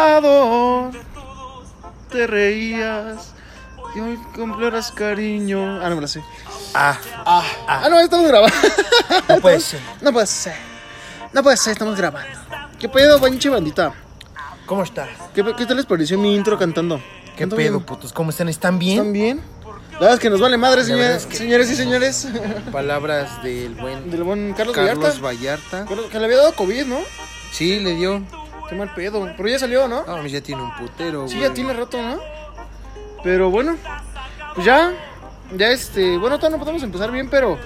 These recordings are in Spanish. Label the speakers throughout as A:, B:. A: despiado te reías y hoy comploras cariño. Ah, no me la sé.
B: Ah,
A: Ah, ah, no, estamos grabando.
B: no puede ser.
A: No puede ser. No puede ser, estamos grabando. ¿Qué pedo, panche bandita?
B: ¿Cómo está?
A: ¿Qué, pe- qué tal les pareció mi intro cantando?
B: ¿Qué
A: ¿Canto
B: pedo,
A: bien?
B: putos? ¿Cómo están? ¿Están bien?
A: ¿Están bien? La verdad es que nos vale madre,
B: La verdad
A: señores,
B: es que-
A: señores y señores.
C: Palabras del buen
A: Del buen Carlos,
C: Carlos
A: Vallarta.
C: Vallarta.
A: Carlos- Que le había dado COVID, ¿no?
C: Sí, le dio.
A: Qué mal pedo. Pero ya salió, ¿no?
C: Ah, ya tiene un putero.
A: Sí,
C: güey.
A: ya tiene rato, ¿no? Pero bueno, pues ya, ya este, bueno, todavía no podemos empezar bien, pero,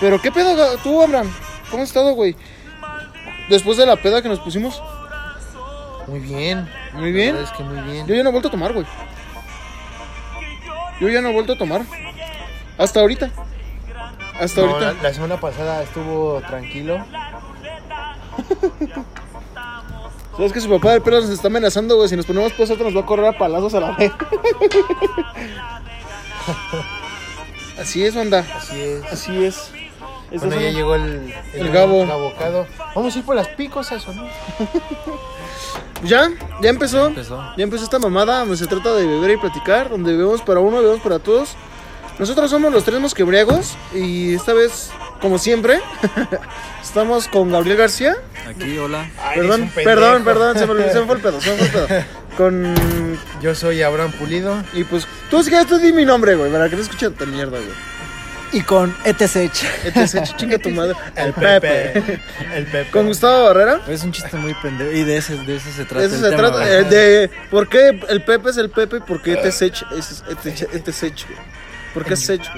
A: pero ¿qué pedo ga- tú, Abraham? ¿Cómo has estado, güey? Después de la peda que nos pusimos,
C: Muy bien.
A: Muy bien.
C: La verdad es que muy bien.
A: yo ya no he vuelto a tomar, güey. Yo ya no he vuelto a tomar. Hasta ahorita. Hasta
B: No, la,
A: ahorita.
B: la semana pasada estuvo tranquilo.
A: ¿Sabes que su papá del pelo nos está amenazando, güey? Si nos ponemos pesos, nos va a correr a palazos a la vez. Así es, banda.
B: Así es.
A: Así es. Estas
B: Bueno,
A: son
B: ya
A: las-
B: llegó el,
A: El Gabo.
B: Gabocado. Vamos a ir por las picos, eso, ¿no?
A: Ya, ya empezó.
C: Empezó.
A: Ya empezó esta mamada donde se trata de beber y platicar, donde bebemos para uno, bebemos para todos. Nosotros somos los tres mosquebriagos y esta vez, como siempre, estamos con Gabriel García.
C: Aquí, hola.
A: perdón, perdón, perdón, se me, olvidó, se me fue el pedo, se me fue el pedo. Con...
B: Yo soy Abraham Pulido.
A: Y pues, tú si quieres, tú di mi nombre, güey, para que no escuchen tan mierda, güey. E
D: Y con E ETSH.
A: ETC, chinga tu madre.
B: El Pepe. El Pepe.
A: Con Gustavo Barrera.
D: Es un chiste muy pendejo. Y de, ese, de eso se trata.
A: Eso
D: el
A: se
D: tema,
A: trata
D: güey.
A: eh, de por qué el Pepe es el Pepe y por qué ETC es ETC, güey. ¿Por qué es hecho?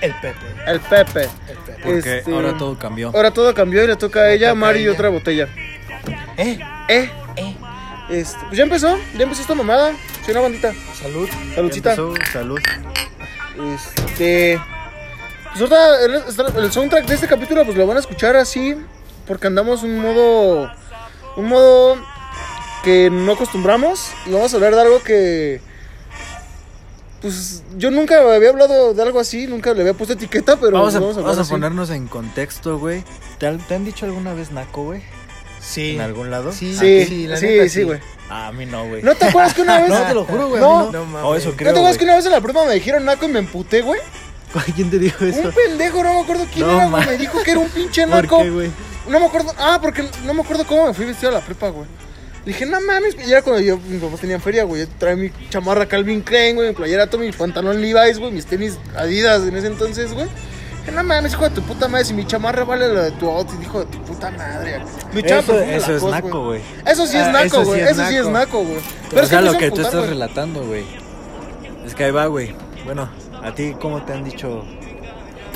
B: El Pepe.
A: El Pepe.
B: El Pepe.
D: Porque
A: Este,
D: ahora todo cambió.
A: ahora todo cambió y le toca a ella,
B: toca
A: Mari,
B: a
A: y
B: ella.
A: otra botella.
B: Eh,
A: Eh,
B: eh.
A: este, pues ya empezó, ya empezó esta mamada. Soy una bandita.
B: Salud.
A: Saludcita.
D: salud.
A: Este. Pues ahorita el, el soundtrack de este capítulo, pues lo van a escuchar así. Porque andamos un modo. Un modo que no acostumbramos. Y vamos a hablar de algo que. Pues yo nunca había hablado de algo así, nunca le había puesto etiqueta, pero
D: Vamos a,
A: vamos a hablar
D: vamos a
A: así.
D: ponernos en contexto, güey. ¿Te, han- te han dicho alguna vez naco, güey?
B: Sí.
D: ¿En algún lado?
A: Sí,
B: Sí. Ah, sí,
A: sí,
B: la
A: sí,
B: neta,
A: sí,
B: sí.
A: güey.
D: Ah, a mí no, güey.
A: ¿No te acuerdas que una vez?
D: No, te lo juro, güey.
A: No.
D: a mí
B: No Oh, mames.
D: O eso
B: ¿No
A: ¿No
D: creo,
A: te acuerdas que
D: güey.
A: una vez en la prueba me dijeron naco y me emputé, güey?
D: ¿Quién te dijo eso?
A: Un pendejo, no me acuerdo quién
D: No,
A: era, güey.
D: ma.
A: Me dijo que era un pinche
D: ¿Por
A: naco.
D: qué, güey?
A: No me acuerdo. Ah, porque no me acuerdo cómo me fui vestido a la prepa, güey. Dije, no mames. Y era cuando yo, mis papás tenían feria, güey. Yo traía mi chamarra Calvin Klein, güey. Mi playera, todo mi pantalón Levi's, güey. Mis tenis Adidas en ese entonces, güey. Dije, no mames, hijo de tu puta madre. Si mi chamarra vale la de tu outfit, hijo de tu puta madre. Mi chava
D: Eso,
A: perfume
D: eso es
A: Lacoste,
D: naco, güey.
A: Eso sí es
B: Ah,
A: naco,
B: eso sí
A: güey.
B: es
A: Eso sí es
B: naco.
A: naco, güey.
D: Pero o
A: es que
D: sea,
A: me
D: lo
A: hizo
D: que tú
A: emputar,
D: estás
A: güey.
D: relatando, güey. Es que ahí va, güey. Bueno, ¿a ti cómo te han dicho?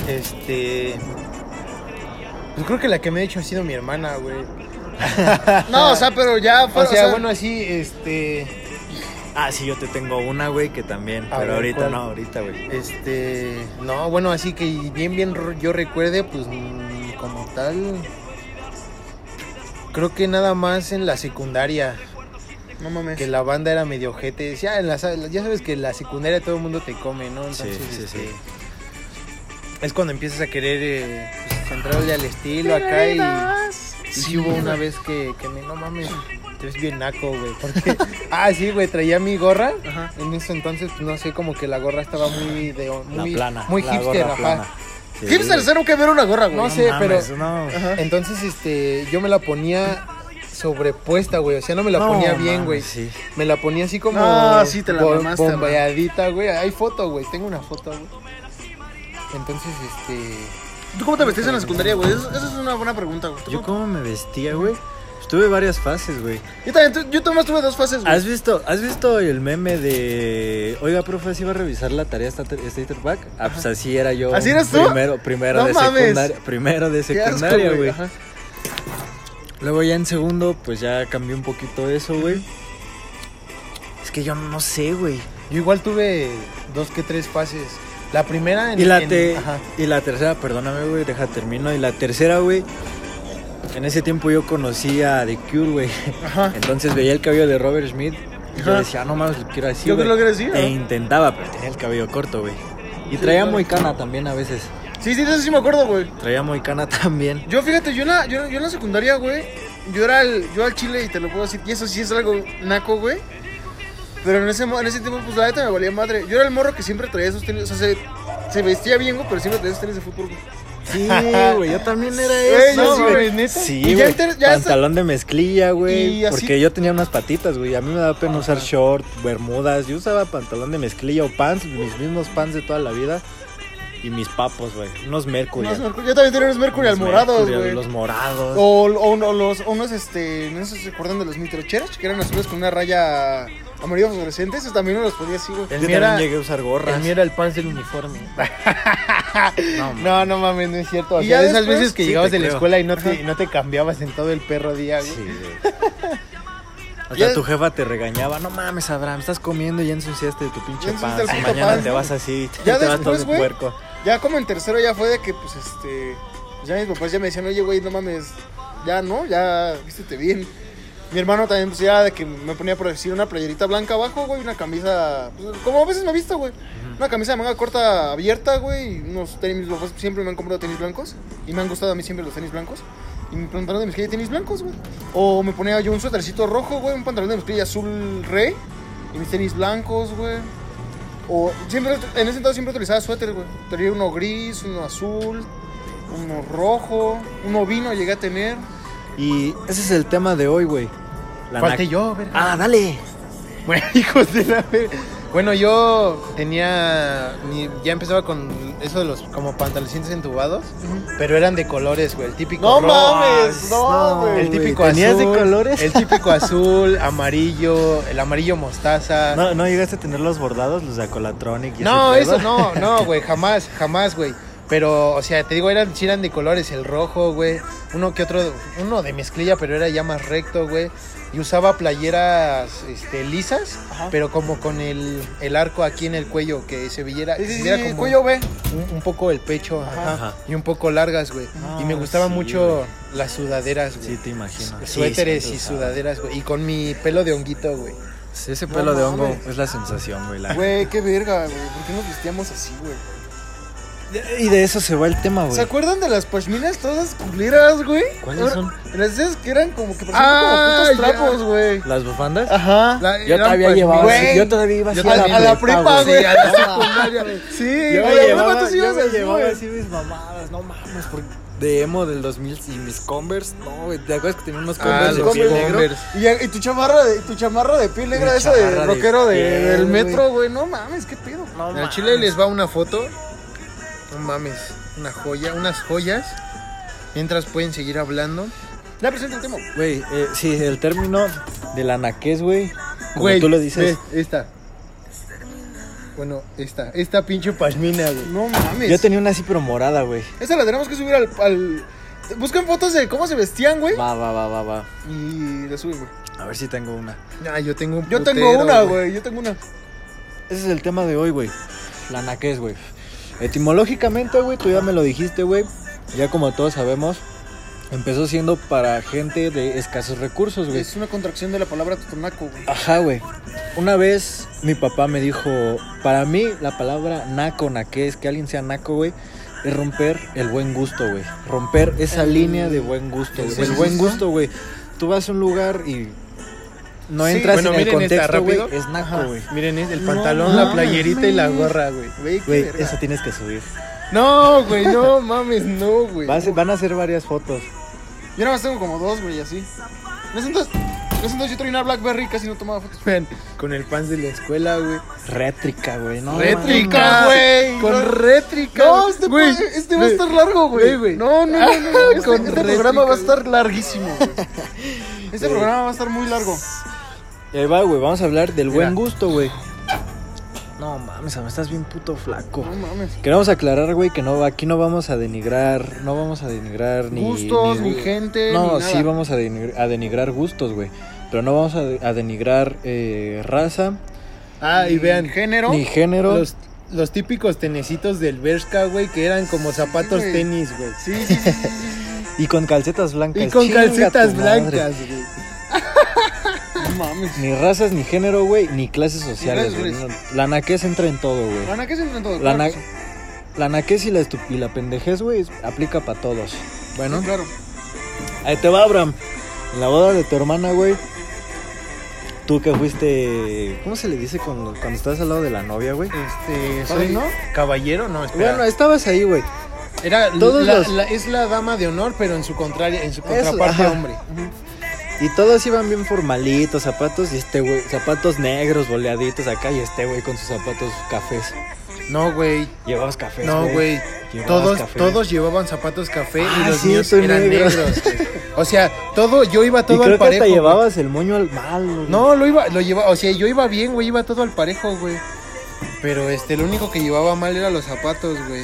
B: Este. Pues creo que la que me ha hecho ha sido mi hermana, güey.
A: No, o sea, pero ya fue.
B: O sea, bueno, así, este.
D: Ah, sí, yo te tengo una, güey, que también.
B: A
D: pero
B: ver,
D: ahorita
B: ¿cuál?
D: no, ahorita, güey.
B: Este, no, bueno, así que bien, bien ro- yo recuerde, pues mm, como tal, creo que nada más en la secundaria,
A: No mames.
B: que la banda era medio ojete. Ya, en la sa- ya sabes que en la secundaria todo el mundo te come, ¿no?
D: Sí,
B: Entonces,
D: sí, sí.
B: este, es cuando empiezas a querer eh, pues, entrarle al estilo acá y, y sí hubo una vez que, que me, no mames, te ves bien naco, güey, porque, ah, sí, güey, traía mi gorra.
A: Ajá.
B: En ese entonces, pues, no sé, como que la gorra estaba muy de muy,
D: la plana.
B: muy
D: la
B: hipster,
D: gorra
B: ajá.
D: plana. Sí,
A: Hipster
D: güey.
A: cero que ver una gorra, güey.
B: No sé,
D: mames,
B: pero-
D: No.
A: Ajá.
B: Entonces, este, yo me la ponía sobrepuesta, güey. O sea, no me la
D: No,
B: ponía bien,
D: mames,
B: güey.
D: sí.
B: Me la ponía así como
A: No, sí te la
B: bo-
A: mamaste,
B: bombeadita, güey. Hay foto, güey. Tengo una foto, güey. Entonces, este,
A: ¿Tú cómo te vestías en la secundaria, güey? Eso, eso es una buena pregunta, güey. ¿Tú
D: Yo
A: cómo-
D: cómo me vestía, güey. Estuve varias fases, güey.
A: Yo también, tu- yo nomás tuve dos fases, güey.
D: ¿Has visto, ¿Has visto el meme de. Oiga, profe, si va a revisar la tarea esta Stater Pack? Ah, pues así era yo.
A: ¿Así
D: un
A: eras tú?
D: Primero, primero
A: No
D: de
A: mames.
D: secundaria. Primero de
A: Qué asco,
D: secundaria, güey.
A: Ajá.
D: Luego ya en segundo, pues ya cambió un poquito eso, güey. Es que yo no sé, güey.
B: yo igual tuve dos que tres fases. La primera en
D: Y la,
B: en-
D: te-
B: ajá.
D: y la tercera, perdóname, güey, deja termino. Y la tercera, güey, en ese tiempo yo conocí a The Cure, güey.
A: Ajá.
D: Entonces veía el cabello de Robert Smith y yo
A: Ajá.
D: decía, "Ah, no mames, lo quiero así.
A: Yo
D: güey".
A: lo quiero así,
D: E
A: ¿no?
D: intentaba, pero tenía el cabello corto, güey. Y traía muy cana también a veces.
A: Sí, sí, de eso sí me acuerdo, güey.
D: Traía muy cana también.
A: Yo, fíjate, yo en la, yo, yo en la secundaria, güey, yo era el, yo al chile y te lo puedo decir, y eso sí es algo naco, güey. Pero en ese, mo- en ese tiempo, pues la neta me valía madre. Yo era el morro que siempre traía esos tenis, o sea, se, se vestía bien, güey, pero siempre traía esos tenis de fútbol, güey.
D: Sí, güey, yo también era
A: Güey,
D: eso.
A: yo sí,
D: güey.
A: güey, ¿neta?
D: Sí,
A: Y ya
D: güey.
A: enter- ya hasta-
D: Pantalón de mezclilla, güey.
A: Y así-
D: Porque yo tenía unas patitas, güey. A mí me daba pena usar short, bermudas. Yo usaba pantalón de mezclilla o pants, mis mismos pants de toda la vida. Y mis papos, güey. Unos Mercury.
A: Unos Mercury- yo también tenía unos Mercury
D: Unos
A: almorados,
D: Mercury,
A: güey. Oh,
D: Los morados.
A: O, o, uno- los, o unos, este, no sé si se acuerdan de los mitrocheros, que eran azules con una raya amarillo fluorescente, esos también me los ponía así, güey.
D: Yo
B: El mío
D: también
B: era-
D: llegué a usar gorras.
B: El mío era el pan del uniforme.
D: No, man.
B: No, no mames, no es cierto. O
A: Y
B: sea,
A: ya
B: de esas
A: después-
B: veces que
D: Sí,
B: llegabas
D: te
B: de la
D: creo.
B: escuela y no te, y no te cambiabas en todo el perro día, güey.
D: Sí, güey. Hasta
A: Ya-
D: tu jefa te regañaba. No mames, Abraham, estás comiendo y ya ensuciaste tu pinche
A: Ya ensuciaste
D: pants.
A: el
D: Y
A: puto
D: mañana
A: pan,
D: te
A: ¿no?
D: vas así.
A: Ya
D: te vas
A: después,
D: todo
A: güey.
D: puerco.
A: Ya como en tercero ya fue de que, pues, este, pues, ya mis papás ya me decían, oye, güey, no mames, ya, ¿no? Ya, vístete bien. Mi hermano también, pues, ya de que me ponía por decir una playerita blanca abajo, güey, una camisa, pues, como a veces me he visto, güey. Una camisa de manga corta abierta, güey, y unos tenis, mis papás siempre me han comprado tenis blancos y me han gustado a mí siempre los tenis blancos. Y me pantalón de mezclilla y tenis blancos, güey. O me ponía yo un suétercito rojo, güey, un pantalón de mezclilla azul re y mis tenis blancos, güey. O siempre, en ese entonces siempre utilizaba suéter, güey. Tenía uno gris, uno azul, uno rojo, uno vino llegué a tener.
D: Y ese es el tema de hoy, güey. La
B: Falté
D: nac-
B: yo, verga.
D: Ah, dale.
B: Bueno, hijos de la ver- Bueno, yo tenía. mi- ya empezaba con eso de los como pantaloncines entubados, pero eran de colores, güey. El típico.
A: ¡No
B: rojo,
A: mames!
D: no,
A: ¡No, güey!
B: El
D: güey,
B: típico
D: ¿tenías de
B: azul.
D: colores?
B: El típico azul, amarillo, el amarillo mostaza. No,
D: ¿No, no llegaste a tener los bordados, los de Acolatronic? y ese
B: eso
D: pedo?
B: no, no, güey, jamás, jamás, güey. Pero, o sea, te digo, eran, sí eran de colores, el rojo, güey. Uno que otro, uno de mezclilla, pero era ya más recto, güey. Y usaba playeras este, lisas,
A: Ajá.
B: pero como con el, el arco aquí en el cuello, que se viera,
A: Sí,
B: se
A: sí,
B: viera
A: sí,
B: como
A: cuello B.
B: Un, un poco el pecho ajá,
D: Ajá.
B: y un poco largas, güey. y me
D: Ah,
B: gustaban
D: sí,
B: mucho
D: güey.
B: las sudaderas, güey.
D: Sí, te imagino. Sí,
B: Suéteres
D: sí,
B: y
D: sí.
B: sudaderas, güey. Y con mi pelo de honguito, güey.
D: Sí, ese
A: No
D: pelo de hongo
A: mames.
D: es la sensación, güey. la-
A: Güey, qué verga, güey. ¿Por qué nos vestíamos así, güey?
D: Y de eso se va el tema,
A: ¿Se
D: güey.
A: acuerdan de las pashminas todas culeras, güey?
D: ¿Cuáles son?
A: Las esas que eran como que parecían
B: Ah,
A: como putos
B: ya.
A: trapos, güey.
D: ¿Las bufandas?
A: Ajá.
B: La-
D: yo,
B: eran
D: todavía
B: pues,
D: llevaba,
B: güey,
A: güey.
D: yo todavía iba así
A: a, la, a la prepa, güey.
B: Sí, a la
A: Sí, güey.
D: Yo me
A: a huevo,
D: llevaba,
A: tú sí
D: yo
A: ibas
D: me
A: así,
D: llevaba
A: güey.
D: así mis mamadas, no mames, por- de emo del 2000 y mis Converse, no, güey, ¿te acuerdas que tenía unos Converse
B: los
D: de piel
B: Converse.
D: negro?
B: Converse.
A: Y, y tu chamarra de, tu chamarra de piel negra,
D: Mi
A: esa de
D: chamarra de
A: rockero de-
D: piel,
A: del
D: güey.
A: metro, güey. No mames, qué pedo.
D: No
B: Al
D: mames.
B: chile les va una foto. No mames, una joya, unas joyas. Mientras pueden seguir hablando.
A: Ya presenta el tema. güey.
D: Güey, eh, sí, el término del anaqués, güey, como
B: Güey,
D: tú lo dices,
B: ve, esta. Bueno, esta, esta pinche palmina, güey.
A: No mames.
D: yo tenía una así pero morada, güey.
A: Esa la tenemos que subir al. al... Buscan fotos de cómo se vestían, güey.
D: Va, va, va, va, va.
A: Y la suben, güey.
D: A ver si tengo una.
B: Ah, yo tengo un
A: Yo tengo
B: putero,
A: una, güey. Yo tengo una.
D: Ese es el tema de hoy, güey. La naqués, güey. Etimológicamente, güey, tú ya me lo dijiste, güey. Ya como todos sabemos, empezó siendo para gente de escasos recursos, güey.
A: Es una contracción de la palabra totonaco, güey.
D: Ajá, güey. Una vez mi papá me dijo, para mí la palabra naco, naqués, que alguien sea naco, güey, es romper el buen gusto, güey. Romper esa línea de buen gusto, güey.
B: sí,
D: el
B: sí,
D: buen
B: sí.
D: gusto, güey. Tú vas a un lugar y no
A: Sí,
D: entras
B: bueno,
D: en el
B: miren esta,
D: contexto, güey.
B: rápido.
D: Es naco,
B: Ajá.
D: güey.
B: Miren, es el
A: No
B: pantalón, la
A: mames.
B: playerita y la gorra, güey.
A: Güey, qué
D: Güey,
A: verga.
D: eso tienes que subir.
B: No, güey, no mames, no, güey.
D: Va a ser- van a hacer varias fotos.
A: Yo nada más tengo como dos, güey, así. En ese entonces, en ese entonces yo traía una Blackberry y casi no tomaba fotos.
B: Vean, con el pan de la escuela, güey.
D: Rétrica, güey.
A: Ah,
D: No,
A: Rétrica,
D: mames.
A: güey.
B: Con
A: No.
B: rétrica.
A: No, este,
B: güey.
A: pa- este va a estar largo,
B: Güey,
A: güey.
B: güey.
A: No, no, no, no, no. Este,
B: Con
A: este
B: réplica,
A: programa va a
B: güey.
A: estar larguísimo, güey. Este programa va a estar muy largo.
D: Ahí va, güey. Vamos a hablar del
B: Mira.
D: buen gusto, güey. No mames, me estás bien puto flaco.
A: No mames.
D: Queremos aclarar, güey, que no, aquí no vamos a denigrar, no vamos a denigrar ni...
A: Gustos, ni gente,
D: No,
A: ni nada.
D: sí vamos a denigrar, a denigrar gustos, güey. Pero no vamos a, de- a denigrar eh, raza,
B: Ah, y vean,
A: género.
D: ni género.
B: los, los típicos tenecitos del Bershka, güey, que eran como zapatos
A: güey.
B: tenis, güey.
A: Sí, sí, sí, sí,
D: Y con calcetas blancas.
B: Y con
D: Chinga
B: calcetas
D: tu madre.
B: blancas, güey.
A: no mames.
D: Ni razas, ni género, güey, ni clases sociales,
A: clases
D: güey. No, La naquez entra en todo, güey.
A: La naquez entra en todo.
D: La,
A: claro
D: na-
A: que sí.
D: la naquez y la, estu- y la pendejez, güey, es- aplica para todos. Bueno,
A: Sí, claro.
D: ahí te va, Abraham. En la boda de tu hermana, güey. Tú que fuiste. ¿Cómo se le dice cuando, cuando estás al lado de la novia, güey?
B: Este,
D: ¿Padre,
B: soy
D: no?
B: caballero, no, espera.
D: Bueno, estabas ahí, güey.
B: Era
D: todos
B: la-
D: los-
B: la- es la dama de honor, pero en su contraria, en su contraparte
D: ajá.
B: hombre.
D: Y todos iban bien formalitos, zapatos y este güey, zapatos negros, boleaditos acá y este güey con sus zapatos cafés.
B: No, güey.
D: Llevabas cafés,
B: No, güey.
D: Llevabas
B: Todos,
D: café.
B: todos llevaban zapatos café
D: Ah,
B: y los
D: sí,
B: míos
D: soy
B: eran
D: negro.
B: negros. güey. O sea, todo, yo iba
D: Y
B: todo
D: creo
B: al
D: que
B: parejo.
D: hasta
B: güey.
D: llevabas el moño al mal. güey.
B: No, lo iba, lo llevaba, o sea, yo iba bien, güey, iba todo al parejo, güey. Pero este, lo único que llevaba mal era los zapatos, güey.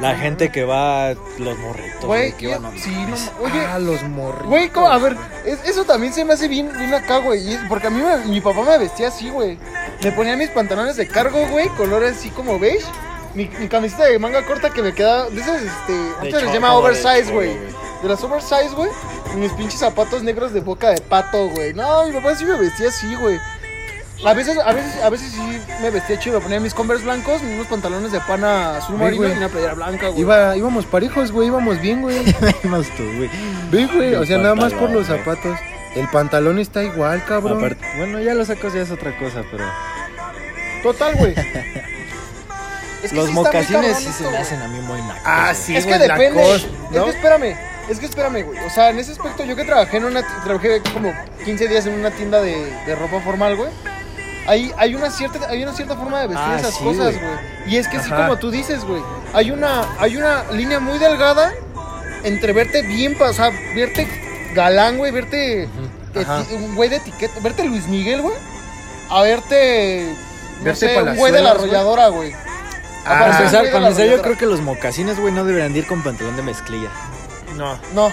D: La gente que va, los morritos,
A: Güey,
D: güey, que van a-
A: sí, no ma- Oye,
B: ah, los morritos.
A: Güey, ¿cómo? a ver, es- eso también se me hace bien, bien acá, güey. y es- Porque a mí me- mi papá me vestía así, güey. Me ponía mis pantalones de cargo, güey, color así como beige. Mi, mi camiseta de manga corta que me quedaba. De esas, este. Antes les
D: cholo,
A: llama
D: de
A: oversize,
D: cholo,
A: güey.
D: güey.
A: De las oversize, güey. Y mis pinches zapatos negros de boca de pato, güey. No, mi papá sí me vestía así, güey. A veces, a veces, a veces sí me vestía chido. Me ponía mis converse blancos, unos pantalones de pana azul
B: Güey,
A: marino
B: güey.
A: y una playera blanca, güey.
B: Iba, íbamos parejos, güey, íbamos bien, güey.
D: Más tú, güey.
B: Ve, güey, o sea,
D: El
B: nada más por
D: pantalón,
B: los
D: güey.
B: zapatos. El pantalón está igual, cabrón.
D: Aparte- bueno, ya los sacos ya es otra cosa, pero.
A: Total, güey. Es que
D: los
A: sí está muy
D: mocasines
A: cabrón
D: sí
A: esto,
D: se me
A: güey.
D: hacen a mí muy nacos.
B: Ah,
D: güey.
B: sí,
A: es que
B: güey,
A: depende.
B: Lacoste,
A: Es
B: ¿no?
A: que espérame. Es que espérame, güey. O sea, en ese aspecto, yo que trabajé en una. Trabajé como 15 días en una tienda de, de ropa formal, güey. Hay, hay, una cierta, hay una cierta forma de vestir
D: Ah,
A: esas
D: sí,
A: cosas,
D: güey.
A: güey. Y es que sí,
B: Ajá.
A: como tú dices, güey. Hay una, hay una línea muy delgada entre verte bien, pa- o sea, verte galán, güey, verte eti-
B: Ajá.
A: un güey de etiqueta, verte Luis Miguel, güey, a verte, no
B: Verte
A: sé, un güey de la
B: Palazuelos, güey.
A: arrolladora, güey.
B: Ah,
A: Aparece
D: Para
A: un
B: sí,
D: empezar,
A: güey de
D: para
A: la
D: empezar, yo
A: arrolladora.
D: creo que los mocasines, güey, no deberían de ir con pantalón de mezclilla.
B: No.
A: No,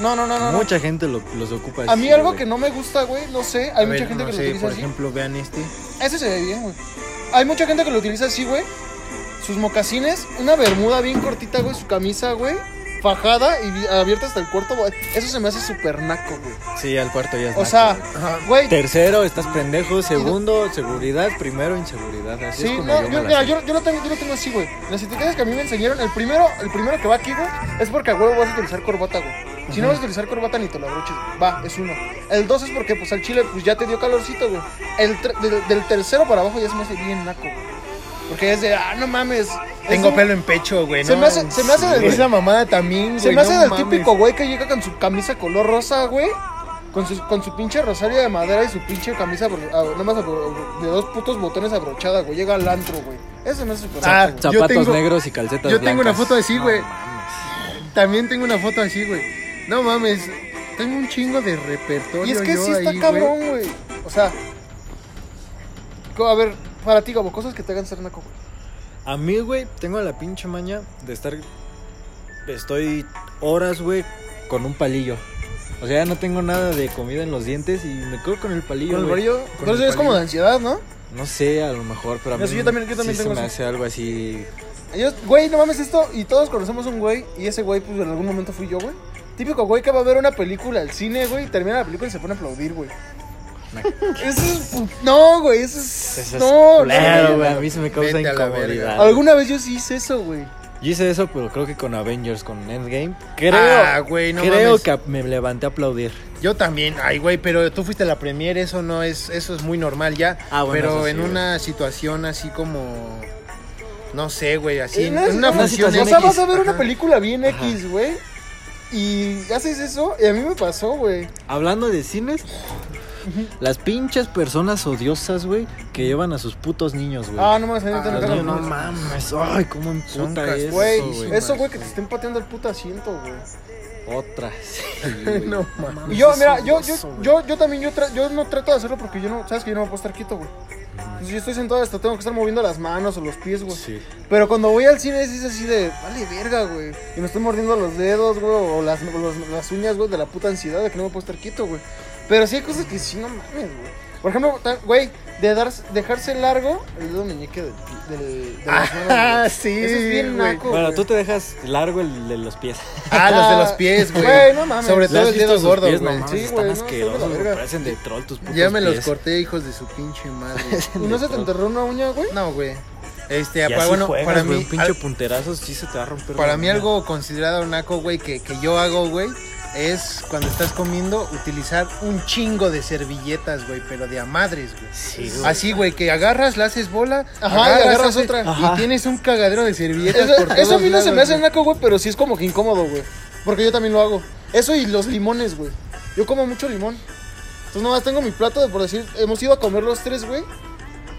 A: no, no, no, no. no.
D: Mucha gente lo- los ocupa.
A: A
D: así,
A: mí algo
D: güey.
A: que no me gusta, güey, no sé,
B: A
A: hay mucha
B: ver,
A: gente
B: no
A: que
B: sé,
A: lo utiliza
B: por
A: así.
B: ejemplo, vean este.
A: Ese se ve bien, güey. Hay mucha gente que lo utiliza así, güey. Sus mocasines, una bermuda bien cortita, güey, su camisa, güey, fajada y abierta hasta el cuarto, güey. Eso se me hace súper naco, güey.
D: Sí, al cuarto ya es
A: O
D: naco,
A: sea,
D: güey.
A: güey,
D: Tercero, estás pendejo. Segundo, seguridad. Primero, inseguridad. Así es
A: Sí,
D: como
A: no,
D: yo,
A: yo,
D: me
A: mira,
D: la sé.
A: yo, yo lo tengo, yo lo tengo así, güey. Las etiquetas que a mí me enseñaron, el primero, el primero que va aquí, güey, es porque a huevo vas a utilizar corbata, güey. Si no vas a utilizar corbata ni te lo abroches, güey. va, es uno. El dos es porque pues al chile pues ya te dio calorcito, güey. El tre- del, del tercero para abajo ya se me hace bien naco, güey. Porque es de, ah, no mames. es
B: Tengo
A: un-
B: pelo en pecho, güey.
A: Se
B: no,
A: me hace- se me hace del-
B: Esa mamada también, güey.
A: Se me hace
B: no
A: del
B: mames.
A: típico güey que llega con su camisa color rosa, güey. Con su, con su pinche rosario de madera y su pinche camisa abro- abro- nada más abro- de dos putos botones abrochada, güey. Llega al antro, güey. Eso me hace súper naco,
B: Ah,
A: güey.
D: Zapatos
B: yo tengo-
D: negros y calcetas
B: yo tengo una
D: blancas.
B: foto así,
D: No,
B: güey.
D: mames.
B: También tengo una foto así, güey. No mames, tengo un chingo de repertorio.
A: Y es que
B: yo
A: sí está
B: ahí, güey.
A: cabrón, güey. O sea, co- a ver, para ti, Gabo, cosas que te hagan ser naco, güey.
D: A mí, güey, tengo la pinche maña de estar. Estoy horas, güey, con un palillo. O sea, ya no tengo nada de comida en los dientes y me quedo con el palillo.
A: Con el
D: güey.
A: brillo.
D: Con
A: Entonces
D: el
A: es como de
D: palillo.
A: ansiedad, ¿no?
D: No sé, a lo mejor, pero a
A: No
D: mí.
A: sé, yo también- yo también
D: sí
A: tengo
D: se me
A: eso.
D: hace algo así.
A: Ellos, güey, no mames esto. Y todos conocemos un güey. Y ese güey, pues en algún momento fui yo, güey. Típico güey que va a ver una película al cine, güey. y Termina la película y se pone a aplaudir, güey. Eso es. pu- No, güey, eso es.
D: Eso es
A: no,
D: culero,
A: no,
D: pues, güey. A mí se me causa
B: Vete a la
D: incomodidad.
B: verga.
A: Alguna vez yo sí hice eso, güey.
D: Yo hice eso, pero creo que con Avengers, con Endgame. Creo,
B: Ah, güey, no
D: creo
B: mames.
D: que me levanté a aplaudir.
B: Yo también, ay güey, pero tú fuiste a la premier, eso no es, eso es muy normal ya.
D: Ah, bueno,
B: pero
D: eso sí,
B: en
D: güey.
B: una situación así como, no sé, güey, así,
A: En
B: en
A: una-
B: en una
A: una
B: función
A: O sea,
B: X.
A: vas a ver una
B: Ajá.
A: película bien X, güey. Y haces eso. Y a mí me pasó, güey.
D: Hablando de cines, las pinches personas odiosas, güey, que llevan a sus putos niños, güey.
A: Ah, no mames, ahorita
B: Ah,
A: no te
D: no,
A: lo
D: no
A: pongo.
D: mames, ay, cómo
B: Son
D: emputa
B: cas-
D: eso,
A: Güey,
D: güey.
A: eso, güey, que te estén pateando el puto asiento, güey.
D: Otra, sí, güey.
B: No mames.
A: Y yo,
D: es
A: mira,
D: un
A: yo, yo,
D: hueso, güey.
A: yo, yo también, yo, tra- yo no trato de hacerlo porque yo no, sabes que yo no me puedo estar quieto, güey. Entonces, yo estoy sentado hasta tengo que estar moviendo las manos o los pies, güey.
D: Sí.
A: Pero cuando voy al cine es así de, vale verga, güey. Y me estoy mordiendo los dedos, güey, o las, o los- las uñas, güey, de la puta ansiedad de que no me puedo estar quieto, güey. Pero sí hay cosas que sí, no mames, güey. Por ejemplo, ta- güey, de dar, dejarse largo el dedo meñique del, pi- del, de las manos,
B: Ah,
A: güey.
B: sí,
A: Eso es bien
B: güey.
A: naco,
D: Bueno,
A: güey.
D: tú te dejas largo el de los pies.
B: Ah, los de los pies, güey.
A: Güey, no mames.
B: Sobre
A: ¿Le has
B: todo el
A: visto
B: dedo
A: sus
B: gordo,
D: pies,
B: güey.
D: no mames,
A: Sí, güey,
D: están
A: no, son de la
D: asquerosos, güey,
A: verga.
D: parecen de troll tus putos
B: Ya me los
D: pies.
B: corté, hijos de su pinche madre.
A: ¿Y no se te enterró una uña, güey?
B: No, güey. Este,
D: Y
B: apa-
D: así
B: bueno,
D: juegas,
B: para
D: güey,
B: mí,
D: un pinche
B: al-
D: punterazo sí se te va a romper.
B: para
D: la
B: mí
D: uña.
B: algo considerado naco, güey, que, que yo hago, güey, es cuando estás comiendo utilizar un chingo de servilletas, güey, pero de a madres, güey. Así, güey, que agarras, la haces bola,
A: Ajá, y agarras
B: haces- Ah.
A: otra.
B: y
D: Ajá.
B: tienes un cagadero de servilletas
A: Eso,
B: por
A: eso a
B: todos
A: mí no se me
B: lados,
A: hace
B: güey.
A: naco, güey, pero sí es como que incómodo, güey. Porque yo también lo hago. Eso y los limones, güey. Yo como mucho limón. Entonces nomás tengo mi plato de por decir, hemos ido a comer los tres, güey.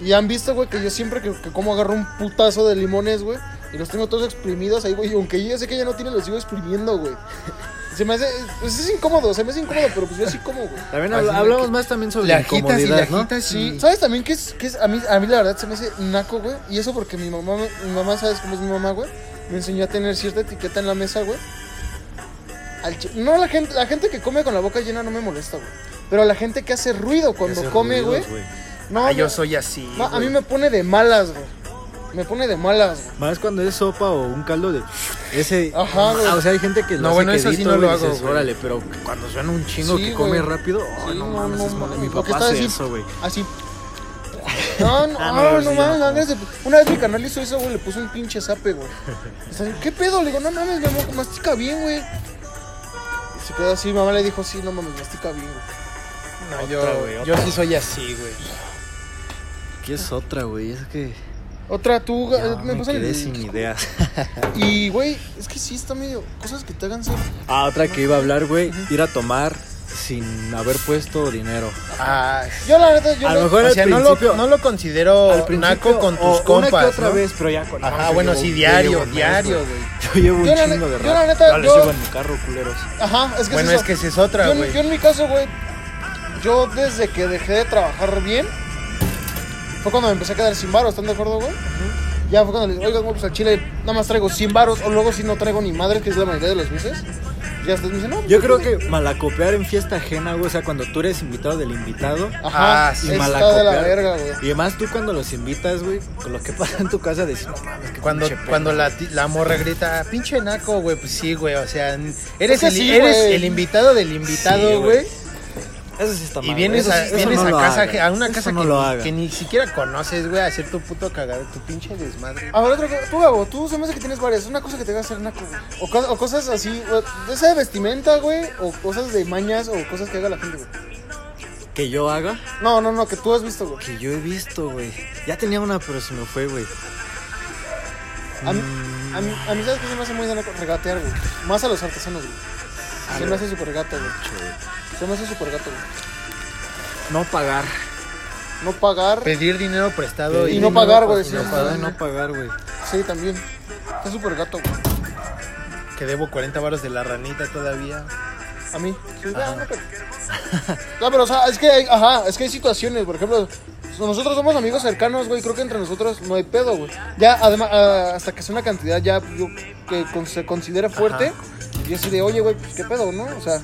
A: Y han visto, güey, que yo siempre que, que como agarro un putazo de limones, güey. Y los tengo todos exprimidos ahí, güey. Y aunque yo ya sé que ya no tiene, los sigo exprimiendo, güey. Se me hace... Pues es incómodo, se me hace incómodo, pero pues yo sí como, güey.
D: También
B: Así
D: habl-
B: de
D: hablamos
B: que
D: más también sobre
B: Le
D: la
B: agitas y le
D: incomodidad, ¿no?
B: agitas y...
A: Mm. ¿Sabes también qué es, qué es? A mí, a mí la verdad se me hace naco, güey. Y eso porque mi mamá, me- mi mamá, ¿sabes cómo es mi mamá, güey? Me enseñó a tener cierta etiqueta en la mesa, güey. Al chi- no, la gente, la gente que come con la boca llena no me molesta, güey. Pero la gente que hace ruido cuando come, güey. No,
B: Ah, yo
A: me-
B: soy así,
A: no, a
B: güey.
A: mí me pone de malas, güey. Me pone de malas, güey.
D: Más cuando es sopa o un caldo de. Ese.
A: Ajá, güey.
D: Ah, o sea, hay gente que lo
B: No,
D: hace
B: bueno, eso sí
D: quedito,
B: no lo
D: güey,
B: hago,
D: dices,
B: güey.
D: Órale, pero cuando suena un chingo
A: Sí,
D: que
A: güey.
D: come rápido. Oh,
A: Sí,
D: no mames, es mole. Mi
A: Lo que
D: papá
A: está
D: hace
A: así,
D: eso, güey.
A: Así. No, no,
D: Ah,
A: ah,
D: no,
A: no,
D: sí, yo
A: mames,
D: no como.
A: no, gracias. Una vez mi canal hizo eso, güey, le puso un pinche zape, güey. O sea, ¿Qué pedo? Le digo, no mames, mi amor, mastica bien, güey. Y se quedó así, mi mamá le dijo, sí, no mames, mastica bien, güey.
B: No, yo, yo sí soy así, güey.
D: ¿Qué es otra, güey? Es que.
A: Otra, tú, ga-
D: ya
A: eh, me
D: me
A: pasan
D: quedé
A: el-
D: sin ideas.
A: Y, güey, es que sí está medio. Cosas que te hagan ser.
D: Ah, otra que iba a hablar, güey. Ir a tomar sin haber puesto dinero.
B: Ah,
A: Yo, la verdad, yo.
D: A
A: no-
D: lo mejor
B: o
D: al
B: sea, no lo,
D: principio-
B: no lo considero naco con
D: o
B: tus
D: una que
B: compas,
D: otra
B: ¿no?
D: vez, pero ya con.
B: Ajá,
D: no, yo
B: bueno,
D: llevo-
B: sí,
D: yo
B: diario,
D: llevo un mes,
B: diario,
D: güey.
B: güey.
D: Yo llevo un
A: Yo la
D: chingo
A: ne-
D: de
A: yo
D: rap.
A: la neta,
D: No, les
A: yo-
D: llevo en mi carro, culeros.
A: Ajá, es que
B: Bueno,
A: es,
B: es
A: eso.
B: que esa es otra,
A: Yo,
B: güey.
A: en- yo en mi caso, güey, yo desde que dejé de trabajar bien, fue cuando me empecé a quedar sin varos, ¿están de acuerdo, güey? Ya fue cuando les digo, oigan, güey, pues al chile nada más traigo 100 varos, o luego si no traigo ni madre, que es la mayoría de las veces. Ya ustedes me dicen, no.
D: Yo
A: pues,
D: creo
A: güey".
D: que malacopear en fiesta ajena, güey. O sea, cuando tú eres invitado del invitado.
A: Ajá,
B: Ah, sí,
A: está
D: malacopear.
A: de la verga, güey.
D: Y además tú cuando los invitas, güey, con lo que pasa en tu casa, decís, no mames, que
B: Cuando, cuando la, ti- la morra grita, pinche naco, güey, pues sí, güey, o sea, n- eres,
A: que
B: el,
A: sí,
B: eres
A: güey.
B: el invitado del
D: Sí,
B: invitado,
D: güey.
B: güey,
D: Eso sí está mal.
B: y vienes
D: güey,
B: a,
D: eso sí- eso
B: vienes
D: no
B: a
D: lo
B: casa,
D: hagan,
B: que- a una
D: eso
B: casa
D: no
B: que,
D: lo
B: ni-
D: hagan.
B: que ni siquiera conoces, güey, a hacer tu puto cagado, tu pinche desmadre.
A: A ver, otro, tú, Gabo, tú se me hace que tienes varias. Una cosa que te haga hacer naco, güey. O, co- o cosas así, güey, de esa de vestimenta, güey. O cosas de mañas, o cosas que haga la gente, güey.
D: Que yo haga,
A: No, no, no, que tú has visto, güey.
D: que yo he visto, güey. Ya tenía una, pero se me fue, güey.
A: A mí, a mí, a mí, ¿sabes qué se me hace muy de naco? regatear, güey? Más a los artesanos, güey. Se me hace súper gato, güey. Se me hace súper gato, güey.
D: No pagar.
A: No pagar,
B: Pedir dinero prestado
A: Y
B: y,
A: no pagar, güey, sí,
D: No
A: sí,
D: pagar,
A: sí.
D: no pagar, güey.
A: sí, también. Está súper gato, güey.
B: que debo 40 varos de la ranita todavía.
A: A mí. Sí, ah, no, pero... No, pero, o sea, es que hay, ajá, es que hay situaciones, por ejemplo... Nosotros somos amigos cercanos, güey. Creo que entre nosotros no hay pedo, güey. Ya, además, ah, hasta que sea una cantidad ya yo, que con- se considera fuerte. Y así de, oye, güey, pues, qué pedo, ¿no? O sea,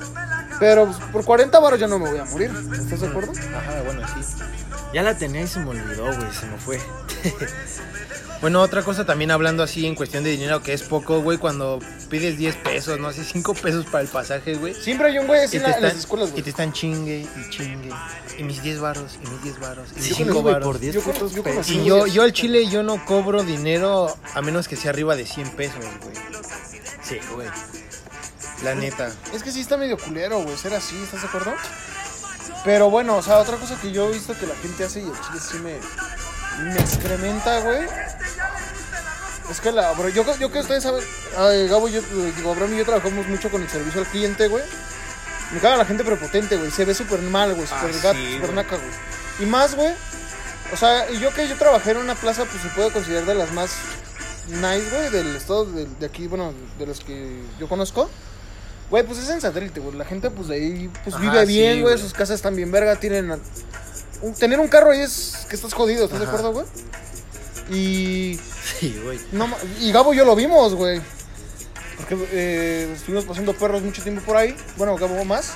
A: pero pues, por 40 baros yo no me voy a morir. ¿Estás de acuerdo?
B: Ajá, bueno, sí.
D: Ya la tenía y se me olvidó, güey, se me fue.
B: Bueno, otra cosa también hablando así en cuestión de dinero, que es poco, güey, cuando pides 10 pesos, no sé, 5 pesos para el pasaje, güey.
A: Siempre hay un güey así
B: Y
A: en,
B: te
A: la- en
B: están-
A: las escuelas,
B: Y
A: güey.
B: te están chingue y chingue. Y mis 10 varos, y mis 10 varos, y mis
D: Sí,
B: 5
D: güey,
B: varos.
D: por 10
A: Yo con- yo con los
B: Y yo, yo al chile yo no cobro dinero a menos que sea arriba de 100 pesos, güey. Sí, güey. La neta.
A: Es que sí está medio culero, güey, ser así, ¿estás de acuerdo? Pero bueno, o sea, otra cosa que yo he visto que la gente hace y el chile sí me, me excrementa, güey. Es que la, bro, yo, que- yo que ustedes saben, ay, Gabo, yo, eh, digo, Abraham y yo trabajamos mucho con el servicio al cliente, güey. Me caga la gente prepotente, güey, se ve súper mal, güey, súper
B: Ah, sí,
A: gato, súper
B: güey.
A: naca, güey. Y más, güey, o sea, y yo que yo trabajé en una plaza, pues se puede considerar de las más nice, güey, del estado de, de aquí, bueno, de los que yo conozco. Güey, pues es en satélite, güey. La gente, pues de ahí, pues
B: Ajá,
A: vive
B: sí,
A: bien, güey.
B: güey.
A: Sus casas están bien verga. Tienen. un- tener un carro ahí es que estás jodido, ¿estás de
B: Ajá.
A: acuerdo, güey? Y.
D: Sí, güey.
A: No, ma- y Gabo y yo lo vimos, güey. Porque eh, estuvimos pasando perros mucho tiempo por ahí. Bueno, Gabo más.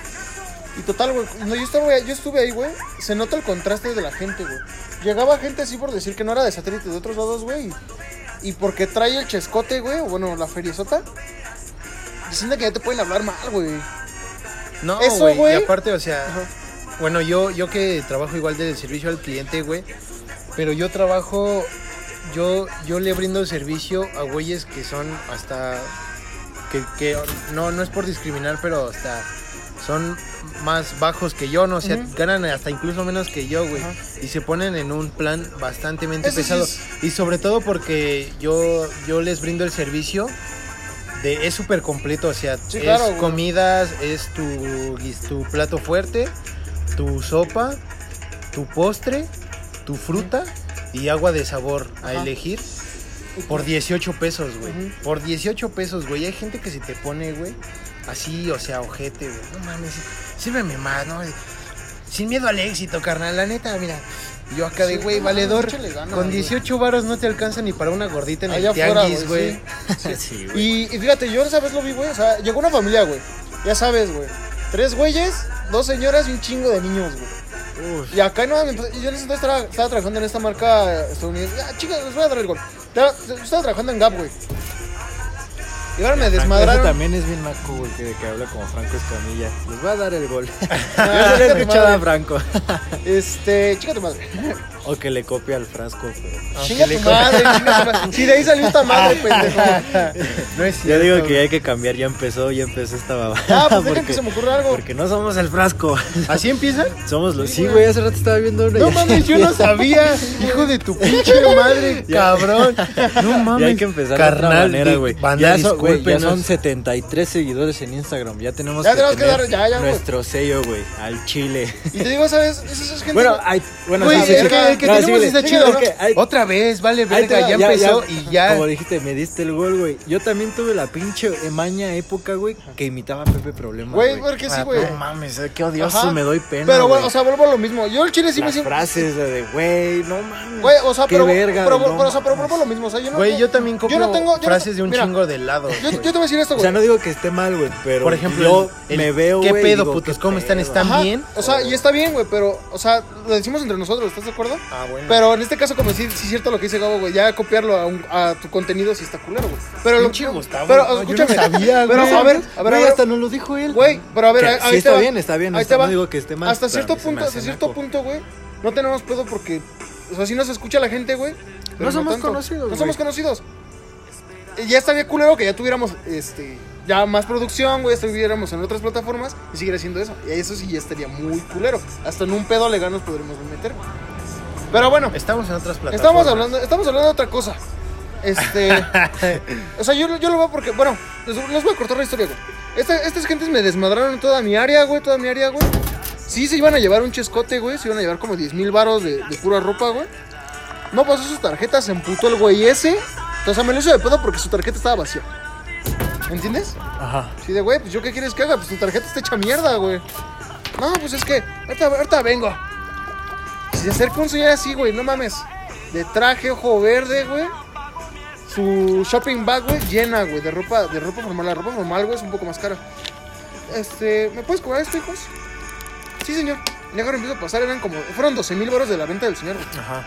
A: Y total, güey. No, yo, estuve, yo estuve ahí, güey. Se nota el contraste de la gente, güey. Llegaba gente así por decir que no era de satélite de otros lados, güey. Y, y porque trae el chescote, güey. O bueno, la feriezota. Diciendo que ya te pueden hablar mal, güey.
B: No,
A: Eso,
B: güey. Y
A: güey.
B: aparte, o sea,
A: Ajá.
B: bueno, yo, yo que trabajo igual del servicio al cliente, güey. Pero yo trabajo, yo, yo le brindo servicio a güeyes que son hasta que, que no, no es por discriminar, pero hasta son más bajos que yo, no o sea,
A: Ujú.
B: ganan hasta incluso menos que yo, güey.
A: Ajá.
B: Y se ponen en un plan bastante
A: Eso sí
B: pesado.
A: es-
B: Y sobre todo porque yo, yo les brindo el servicio. De, es súper completo, o sea,
A: Sí,
B: es
A: claro, güey.
B: comidas, es tu, guis- tu plato fuerte, tu sopa, tu postre, tu fruta y agua de sabor a
A: Ajá.
B: elegir por 18 pesos, güey.
A: Ujú.
B: Por 18 pesos, güey. Hay gente que se te pone, güey, así, o sea, ojete, güey. No mames, sírveme más, ¿no? Sin miedo al éxito, carnal. La neta, mira. Yo acá de,
A: Sí,
B: güey,
A: no,
B: valedor.
A: échale ganas,
B: con
A: güey.
B: 18 varos no te alcanza ni para una gordita en
A: Allá
B: el
A: afuera,
B: tianguis,
A: güey,
B: güey.
C: Sí, güey.
A: Y, y fíjate, yo esa vez lo vi, güey. O sea, llegó una familia, güey. Ya sabes, güey. Tres güeyes, dos señoras y un chingo de niños, güey. Y acá no, entonces- yo en ese entonces estaba, estaba trabajando en esta marca estadounidense. Ah, chicas, les voy a dar el gol. Estaba, estaba trabajando en Gap, güey. Y ahora me
D: Eso
A: desmadraron.
D: Ah, también es bien maco, güey, que, que habla como Franco Escamilla. Les voy a dar el gol.
A: Ah, chica
D: Yo no
A: tu
D: he escuchado a
A: madre.
D: Franco.
A: Este, chica tu madre.
D: O que le copia al frasco, pero...
A: Chinga tu madre, chinga tu madre. Sí, de ahí salió esta madre, pendejo.
B: No es
D: Yo
B: cierto,
D: digo que
B: güey.
D: hay que cambiar, ya empezó, ya empezó esta baba.
A: Ah, pues dejen que
D: porque,
A: se me ocurra algo.
D: porque no somos el frasco.
B: ¿Así empieza?
D: Somos los.
A: Sí,
D: Sí, güey, hace rato estaba viendo una.
B: No
D: ya-
B: mames, yo no sabía. Hijo de tu pinche madre,
D: Ya.
B: cabrón. No mames.
D: Ya hay que empezar de otra
B: carnal,
D: manera,
B: di-
D: güey.
B: banda,
D: Ya, son- güey, ya
B: discúlpenos.
D: son 73 seguidores en Instagram. Ya tenemos
A: Ya
D: que
A: tenemos que
D: tener
A: dar- ya, ya, güey.
D: nuestro sello, güey, al chile.
A: Y te digo, ¿sabes? Esa es gente.
D: Bueno, ah, hay, bueno,
B: Güey,
A: Güey,
D: sí, sí,
B: el
D: sí.
A: verga.
B: que, el que
D: No,
B: tenemos
D: síguele.
B: está
A: Síguele,
B: chido.
A: es
D: que hay-
B: Otra vez, vale,
D: Ahí te
B: verga,
D: va,
B: ya, empezó y ya.
D: Como dijiste, me diste el gol, güey. Yo también tuve la pinche maña época, güey, que imitaba a Pepe Problema.
A: Güey, porque sí,
D: Ah,
A: güey.
D: No mames, qué odioso,
A: Ajá.
D: me doy pena.
A: Pero
D: güey.
A: bueno, o sea, vuelvo a lo mismo. Yo el chile sí me
D: Las
A: siento.
D: frases de, de, güey, no mames.
A: Güey, o sea,
D: qué
A: pero,
D: verga,
A: pero,
D: güey,
A: pero,
D: no
A: pero, o sea, pero
D: mames.
A: vuelvo a lo mismo. O sea, yo no.
B: Güey, yo también compro
A: no tengo- yo no-
B: frases de un
A: mira,
B: chingo de helado.
A: Yo, yo te voy a decir esto,
D: O
A: güey.
D: sea, no digo que esté mal, güey, pero.
B: Por ejemplo,
D: yo
B: el-
D: me
B: el-
D: veo,
B: ¿qué
D: güey.
B: pedo,
D: digo,
B: putos?
D: qué
B: ¿Cómo están?
D: pedo?
B: ¿Están
A: Ajá,
B: bien?
A: O sea, y está bien, güey, pero, o sea, lo decimos entre nosotros, ¿estás de acuerdo?
B: Ah, bueno.
A: Pero en este caso, como sí, sí es cierto lo que dice Gabo, güey, ya copiarlo a, un- a tu contenido sí está culero, güey. Pero lo
B: Pinche Gustavo,
A: Pero
B: no, yo no
A: escúchame.
B: sabía,
A: pero
B: güey.
A: a ver, a ver,
D: Güey,
A: a ver,
D: hasta no lo dijo él.
A: Güey, pero a ver,
D: Que
A: ahí-
D: sí
A: ahí te
D: está
A: va.
D: bien, está bien,
A: Ahí
D: hasta
A: te va.
D: no digo que esté mal,
A: Hasta
D: pero a mí
A: cierto
D: se me
A: punto,
D: hace
A: hasta cierto
D: naco.
A: punto, güey, no tenemos pedo porque, o sea, si nos escucha la gente, güey. pero
D: somos
A: tanto.
D: conocidos,
A: No
D: güey.
A: somos conocidos. Eh, Ya estaría culero que ya tuviéramos, este, ya más producción, güey, estuviéramos en otras plataformas y siguiera haciendo eso. Y eso sí ya estaría muy culero. Hasta en un pedo legal nos podremos meter. Pero bueno,
B: Estamos en otras plataformas.
A: Estamos hablando, estamos hablando de otra cosa. Este. o sea, yo, yo lo veo porque. Bueno, les, les voy a cortar la historia, güey. Esta- estas gentes me desmadraron toda mi área, güey. Toda mi área, güey. Sí, se iban a llevar un chescote, güey. Se iban a llevar como 10 mil baros de, de pura ropa, güey. No pasó sus tarjetas, se emputó el güey ese. O sea, me lo hizo de pedo porque su tarjeta estaba vacía. ¿Entiendes?
D: Ajá.
A: Sí, de güey, pues yo qué quieres que haga, pues tu tarjeta está hecha mierda, güey. No, pues es que, ahorita, ahorita vengo. Y Se acerca un señor así, güey, no mames. De traje, ojo verde, güey. Su shopping bag, güey, llena, güey, de ropa, de ropa formal. La ropa formal, güey, es un poco más cara. Este, ¿me puedes cobrar esto, hijos? Sí, señor. Le agarro empiezo a pasar, eran como, fueron 12 mil baros de la venta del señor, güey.
B: Ajá.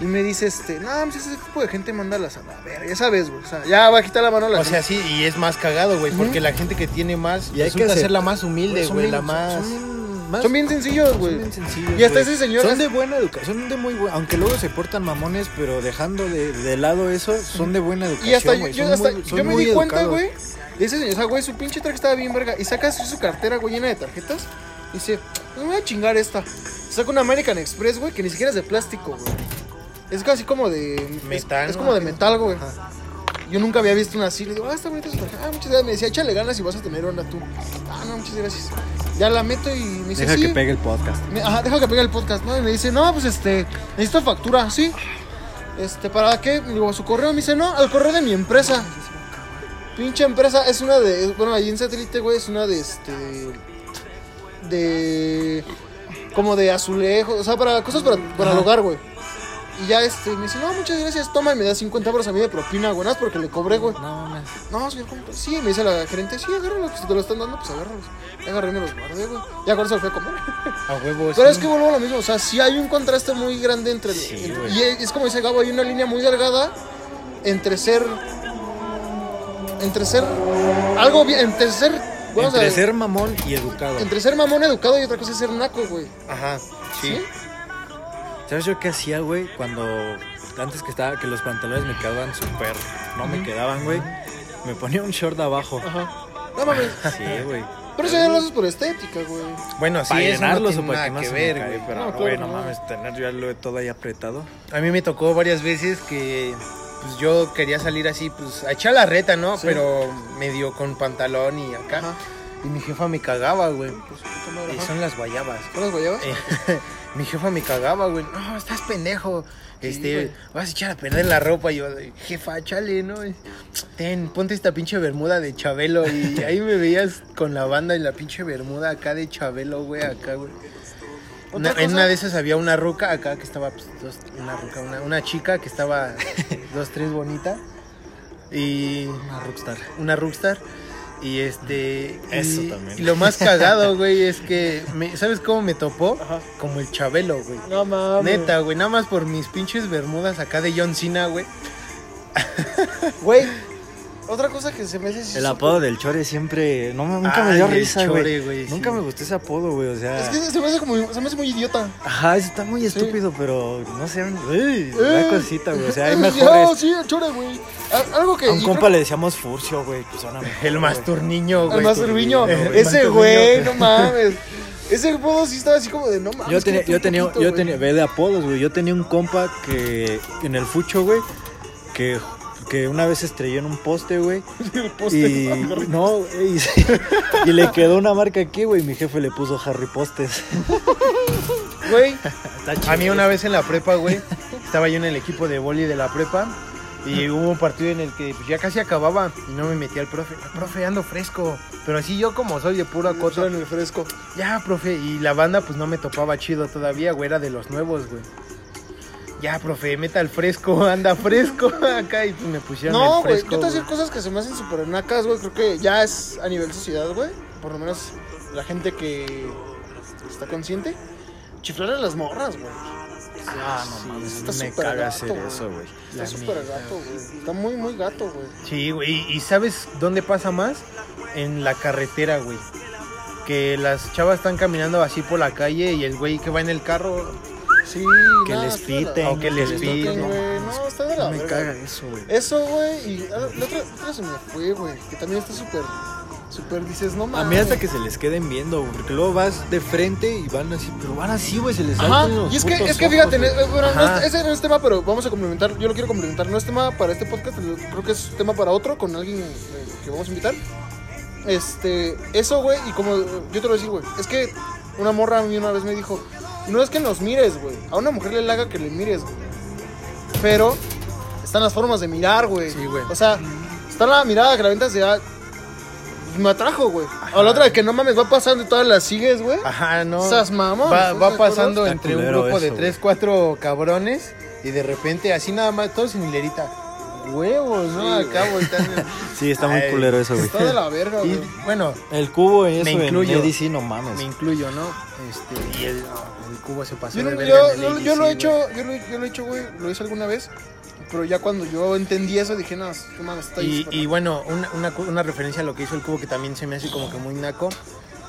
A: Y me dice, este, no, pues ese tipo de gente mandalas a la verga, ya sabes, güey. O sea, ya va a quitar la mano a la
B: O
A: gente.
B: sea, sí, y es más cagado, güey, porque la gente que tiene más
D: Y hay
B: resulta
D: que
B: ser la
D: aceptar-
B: más humilde, pues,
D: son
B: güey,
D: bien-
B: la más...
D: son bien- más-
A: Son bien sencillos,
D: Son
A: güey.
D: bien sencillos,
A: Y hasta
D: güey.
A: ese señor.
D: Son de buena educación, son de muy buena. Aunque luego se portan mamones, pero dejando de, de lado eso, son de buena educación.
A: Y hasta yo,
D: güey,
A: yo
D: son
A: hasta-
D: muy- son
A: yo me
D: muy
A: di cuenta,
D: educados.
A: güey. de Ese señor, o sea, güey, su pinche traje estaba bien verga. Y saca así su cartera, güey, llena de tarjetas. Y dice, me voy a chingar esta. Saca una American Express, güey, que ni siquiera es de plástico, güey. Es casi como de. es-
B: Metal,
A: Es,
B: ¿no?
A: como de metal, güey. Yo nunca había visto una así. Le digo, ah, está bonita su tarjeta. Ah, muchas gracias. Me decía, échale ganas y vas a tener onda tú. Ah, no, muchas gracias. Ya la meto y me dice,
D: Deja
A: sí.
D: que pegue el podcast.
A: Me- ajá, deja que pegue el podcast, ¿no? Y me dice, no, pues este, necesito factura, ¿sí? Este, ¿para qué? Le digo, su correo. Me dice, no, al correo de mi empresa. Pinche empresa, es una de, bueno, ahí en satélite, güey, es una de este, de, como de azulejos, o sea, para cosas para, para el hogar, güey. Y ya este, me dice, no, muchas gracias, toma, y me da 50 euros a mí de propina, güey, nada más porque le cobré, güey.
D: No, mames.
A: No, señor, ¿cómo? Sí, me dice la gerente, sí, agárralos, si te lo están dando, pues agárralos. Ya Agarré y me los guardé, güey. Ya con eso lo fui a comer.
B: A huevos.
D: Pues
A: Pero es que vuelvo a lo mismo, o sea, sí hay un contraste muy grande entre... entre- y es, es como dice Gabo, hay una línea muy delgada entre ser... Entre ser... Algo bien... Entre ser... vamos a-
D: Entre ser mamón y educado.
A: entre ser mamón educado y otra cosa es ser naco, güey.
B: Ajá,
A: ¿Sí?
B: sí.
D: ¿Sabes yo qué hacía, güey? Cuando antes que estaba que los pantalones me quedaban súper, no me quedaban, güey. Me ponía un short abajo.
A: Ajá. No mames.
D: Sí, güey.
A: Pero eso ya lo haces por estética, güey.
B: Bueno, sí,
D: Para
B: eso no
D: llenarlos
B: tiene
D: o para
B: nada
D: que no
B: que
D: se me
B: ver,
D: caiga.
B: güey, pero
A: No, claro
D: Güey,
A: que
D: no
A: no.
D: mames, tener ya lo todo ahí apretado.
B: A mí me tocó varias veces que pues yo quería salir así, pues a echar la reta, ¿no?
A: Sí.
B: Pero medio con pantalón y acá.
A: Ajá.
B: Y mi jefa me cagaba, güey.
A: Pues, puta madre,
B: Y
A: ajá.
B: son las guayabas.
A: ¿Son las guayabas?
B: Eh, mi jefa me cagaba, güey. No, estás pendejo. Este,
A: güey.
B: vas a echar a perder la ropa. Y yo, jefa, chale, ¿no? Ten, ponte esta pinche bermuda de Chabelo. Y ahí me veías con la banda y la pinche bermuda acá de Chabelo, güey, acá, güey. Una-
A: Otra
B: en una
A: cosa-
B: de esas había una ruca acá que estaba, pues, dos- una ruca, una, una chica que estaba dos, tres bonita. Y
D: Una rockstar.
B: una rockstar. Y este. y-
D: Eso también.
B: y lo más cagado, güey, es que. me- ¿Sabes cómo me topó?
A: Ajá.
B: Como el Chabelo, güey.
A: No mames.
B: Neta, güey, nada más por mis pinches bermudas acá de John Cena, güey.
A: Güey. Otra cosa que se me hace.
D: El apodo del Chore siempre. No, me- nunca me
B: Ay,
D: dio
B: el
D: risa,
B: Chore,
D: güey.
B: güey,
D: Nunca
B: sí.
D: me gustó ese apodo, güey. O sea.
A: Es que se me hace como. Se me hace muy idiota.
D: Ajá, eso está muy estúpido, pero no sé. Uy, me
A: Eh.
D: da cosita, güey. O sea, hay
A: No,
D: mejores.
A: sí, el chore, güey. A- Algo que.
D: A un
A: y
D: compa le decíamos Furcio, güey. Pues suena mejor,
B: El
D: güey.
B: masturniño,
A: creo-
B: güey.
A: al Masturbiño.
B: Masturbiño,
A: Ese güey, no mames. Ese juego sí estaba así como de no mames.
D: Yo tenía,
A: quítate
D: yo
A: un
D: tenía,
A: poquito,
D: yo
A: güey.
D: tenía, ve de apodos, güey. Yo tenía un compa que en el fucho, güey, que, que una vez se estrelló en un poste, güey.
A: El póster,
D: Y
A: ¿no?
D: no, y, se- y le quedó una marca aquí, güey. y Mi jefe le puso Harry Postes.
B: Güey, a mí una vez en la prepa, güey, estaba yo en el equipo de boli de la prepa y hubo un partido en el que pues, ya casi acababa y no me metía el profe. "Ah, Profe, ando fresco, pero así yo como soy de puro acoso,
A: Otra en el fresco.
B: ya, profe, y la banda pues no me topaba chido todavía, güey, era de los nuevos, güey. Ya, profe, meta el fresco, anda fresco acá y pues, me pusieron
A: No,
B: el
A: güey, yo
B: fresco.
A: te voy a decir
B: güey.
A: cosas que se me hacen súper nacas, güey. Creo que ya es a nivel sociedad, güey. Por lo menos la gente que está consciente. Chiflar a las morras, güey.
D: Ah, no mames,
A: está
D: me
A: súper
D: caga
A: gato,
D: hacer
A: güey.
D: eso, güey.
A: Está
B: La
A: súper
B: neta,
A: gato, güey. Está muy, muy gato, güey.
B: Sí, güey. ¿Y sabes dónde pasa más? En la carretera, güey. Que las chavas están caminando así por la calle y el güey que va en el carro.
A: Sí,
D: Que
A: nada,
D: les
A: está de la-
D: piten,
B: Aunque les
A: toquen,
B: piten, no
A: güey. No, está de la
D: No me
A: verga,
D: caga
A: güey.
D: eso, güey.
A: Eso, güey. Y ah, la la otra, la otra se me fue, güey. Que también está súper, súper, dices, no
D: A
A: mames.
D: mí hasta que se les queden viendo, güey, porque luego vas de frente y van así, pero van así, güey, se les
A: Ajá,
D: saltan los
A: y es que,
D: putos
A: es que
D: ojos,
A: fíjate,
D: güey.
A: eh, bueno, no
B: Ajá.
A: es- ese no es tema, pero vamos a complementar, yo lo quiero complementar, no es tema para este podcast, lo- creo que es tema para otro, con alguien eh, que vamos a invitar. Este, eso, güey, y como eh, yo te lo voy a decir, güey, es que una morra a mí una vez me dijo, no es que nos mires, güey, a una mujer le laga que le mires, güey, pero están las formas de mirar, güey.
B: Sí, güey.
A: O sea, está la mirada que la venta se da, me atrajo, güey. O la otra de que no mames, va pasando y todas las sigues, güey.
B: Ajá, no.
A: Seas mamón,
B: va
A: ¿estás
B: va
A: de acuerdo?
B: pasando
D: Está
B: entre un
D: culero
B: grupo de
D: eso,
B: tres, cuatro cabrones y de repente así nada más, todos en hilerita. Huevos, ¿no?
A: Sí,
B: Acá volteando.
D: Sí, está muy
B: Ay,
D: culero eso, güey.
A: Está de la verga, güey.
B: y bueno,
D: El cubo eso
B: Me
D: en
B: incluyo.
D: Eddie sí, no mames.
B: me incluyo, ¿no? Este, y el, el cubo se pasó
A: Yo,
B: de
A: no-
B: verga
A: yo-
B: en el
A: yo- yo lo he
B: ADC, güey.
A: hecho, yo lo, yo lo he hecho, güey, lo hice alguna vez, pero ya cuando yo entendí eso dije, no, qué mal está ahí,
B: Y,
A: súper
B: y
A: mal".
B: bueno, una, una cu- una referencia a lo que hizo el cubo que también se me hace como que muy naco.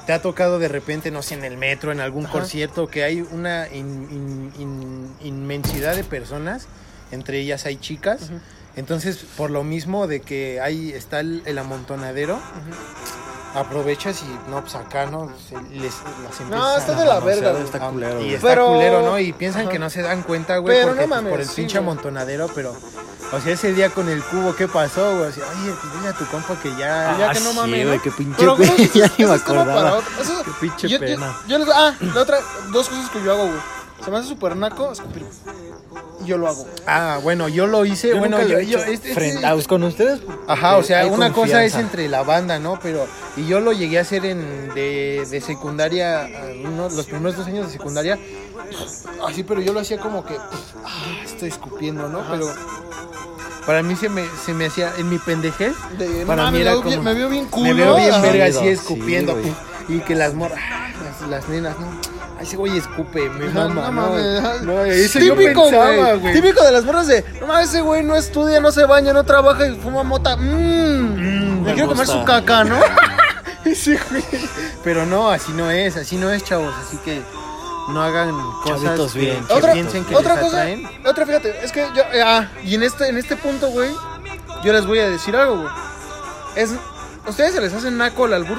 B: ¿Te ha tocado de repente, no sé, en el metro, en algún
A: Ajá.
B: concierto, que hay una in- in- in- inmensidad de personas? Entre ellas hay chicas.
A: Ujú.
B: Entonces, por lo mismo de que ahí está el, el amontonadero, aprovechas y no, pues acá, ¿no? Se- les, las empiezas
A: No, está
B: a
A: de la
B: manosear.
A: verga, güey.
D: Está culero,
B: Y
D: güey.
B: está
A: Pero-
B: culero, ¿no? Y piensan
A: Ajá.
B: que no se dan cuenta, güey,
A: Pero
B: porque,
A: no
B: pues,
A: mames,
B: por el
A: sí,
B: pinche
A: güey.
B: amontonadero, pero... O sea, ese día con el cubo, ¿qué pasó, güey? O sea, Oye, pues dile a tu compa que ya...
A: ya
D: Ah,
A: que no
D: sí,
A: mames,
D: güey,
A: ¿no?
D: qué pinche,
A: Pero
D: güey,
A: creo que ese-
D: ya
A: ese
D: ni me
A: es tema para
D: acordaba.
A: otro- eso-
D: Qué pinche
A: yo- yo-
D: pena.
A: yo les- ah, la otra, dos cosas que yo hago, güey. Se me hace súper naco escupir. Y yo lo hago. güey.
B: Ah, bueno, yo lo hice,
D: Yo
B: bueno,
D: nunca
B: yo...
D: lo he
B: yo-
D: hecho.
B: este- este-
D: Frente a- Ah, pues con ustedes. eh,
B: Ajá, o sea,
D: hay
B: una cosa es
D: confianza.
B: entre la banda, ¿no? Pero, y yo lo llegué a hacer en, de, de secundaria, a uno- los primeros dos años de secundaria,
A: Ah,
B: así, pero yo lo hacía como que, ah, estoy escupiendo, ¿no? Pero para mí se me, se me hacía, en mi pendejez,
A: De, no
B: Para mí
A: mames,
B: era
A: me veo bien-
B: como-
A: me veo bien culo.
B: me veo bien
A: ajá.
B: verga así
D: Sí,
B: escupiendo,
D: güey.
B: y que las morras, ah, las, las nenas, no, ay, ese güey escupe, me
A: Ajá, no
B: mama, no,
A: mames, ajá.
B: No, eso yo
A: típico,
B: pensaba,
A: güey. Típico de las morras de, no mames, ese güey no estudia, no se baña, no trabaja y fuma mota. Mmm,
D: Mm,
A: me
D: me
A: quiero comer
D: gusta.
A: su caca, ¿no?
B: Ese güey. Pero no, así no es, así no es, chavos. Así que no hagan cosas
D: Chavitos
B: que-
D: bien,
B: que
A: otra,
B: piensen que
A: otra
B: les
A: cosa,
B: atraen.
A: otra, fíjate, es que yo, eh, ah, y en este, en este punto, güey, yo les voy a decir algo, güey. Es, ¿Ustedes se les hacen naco al albur?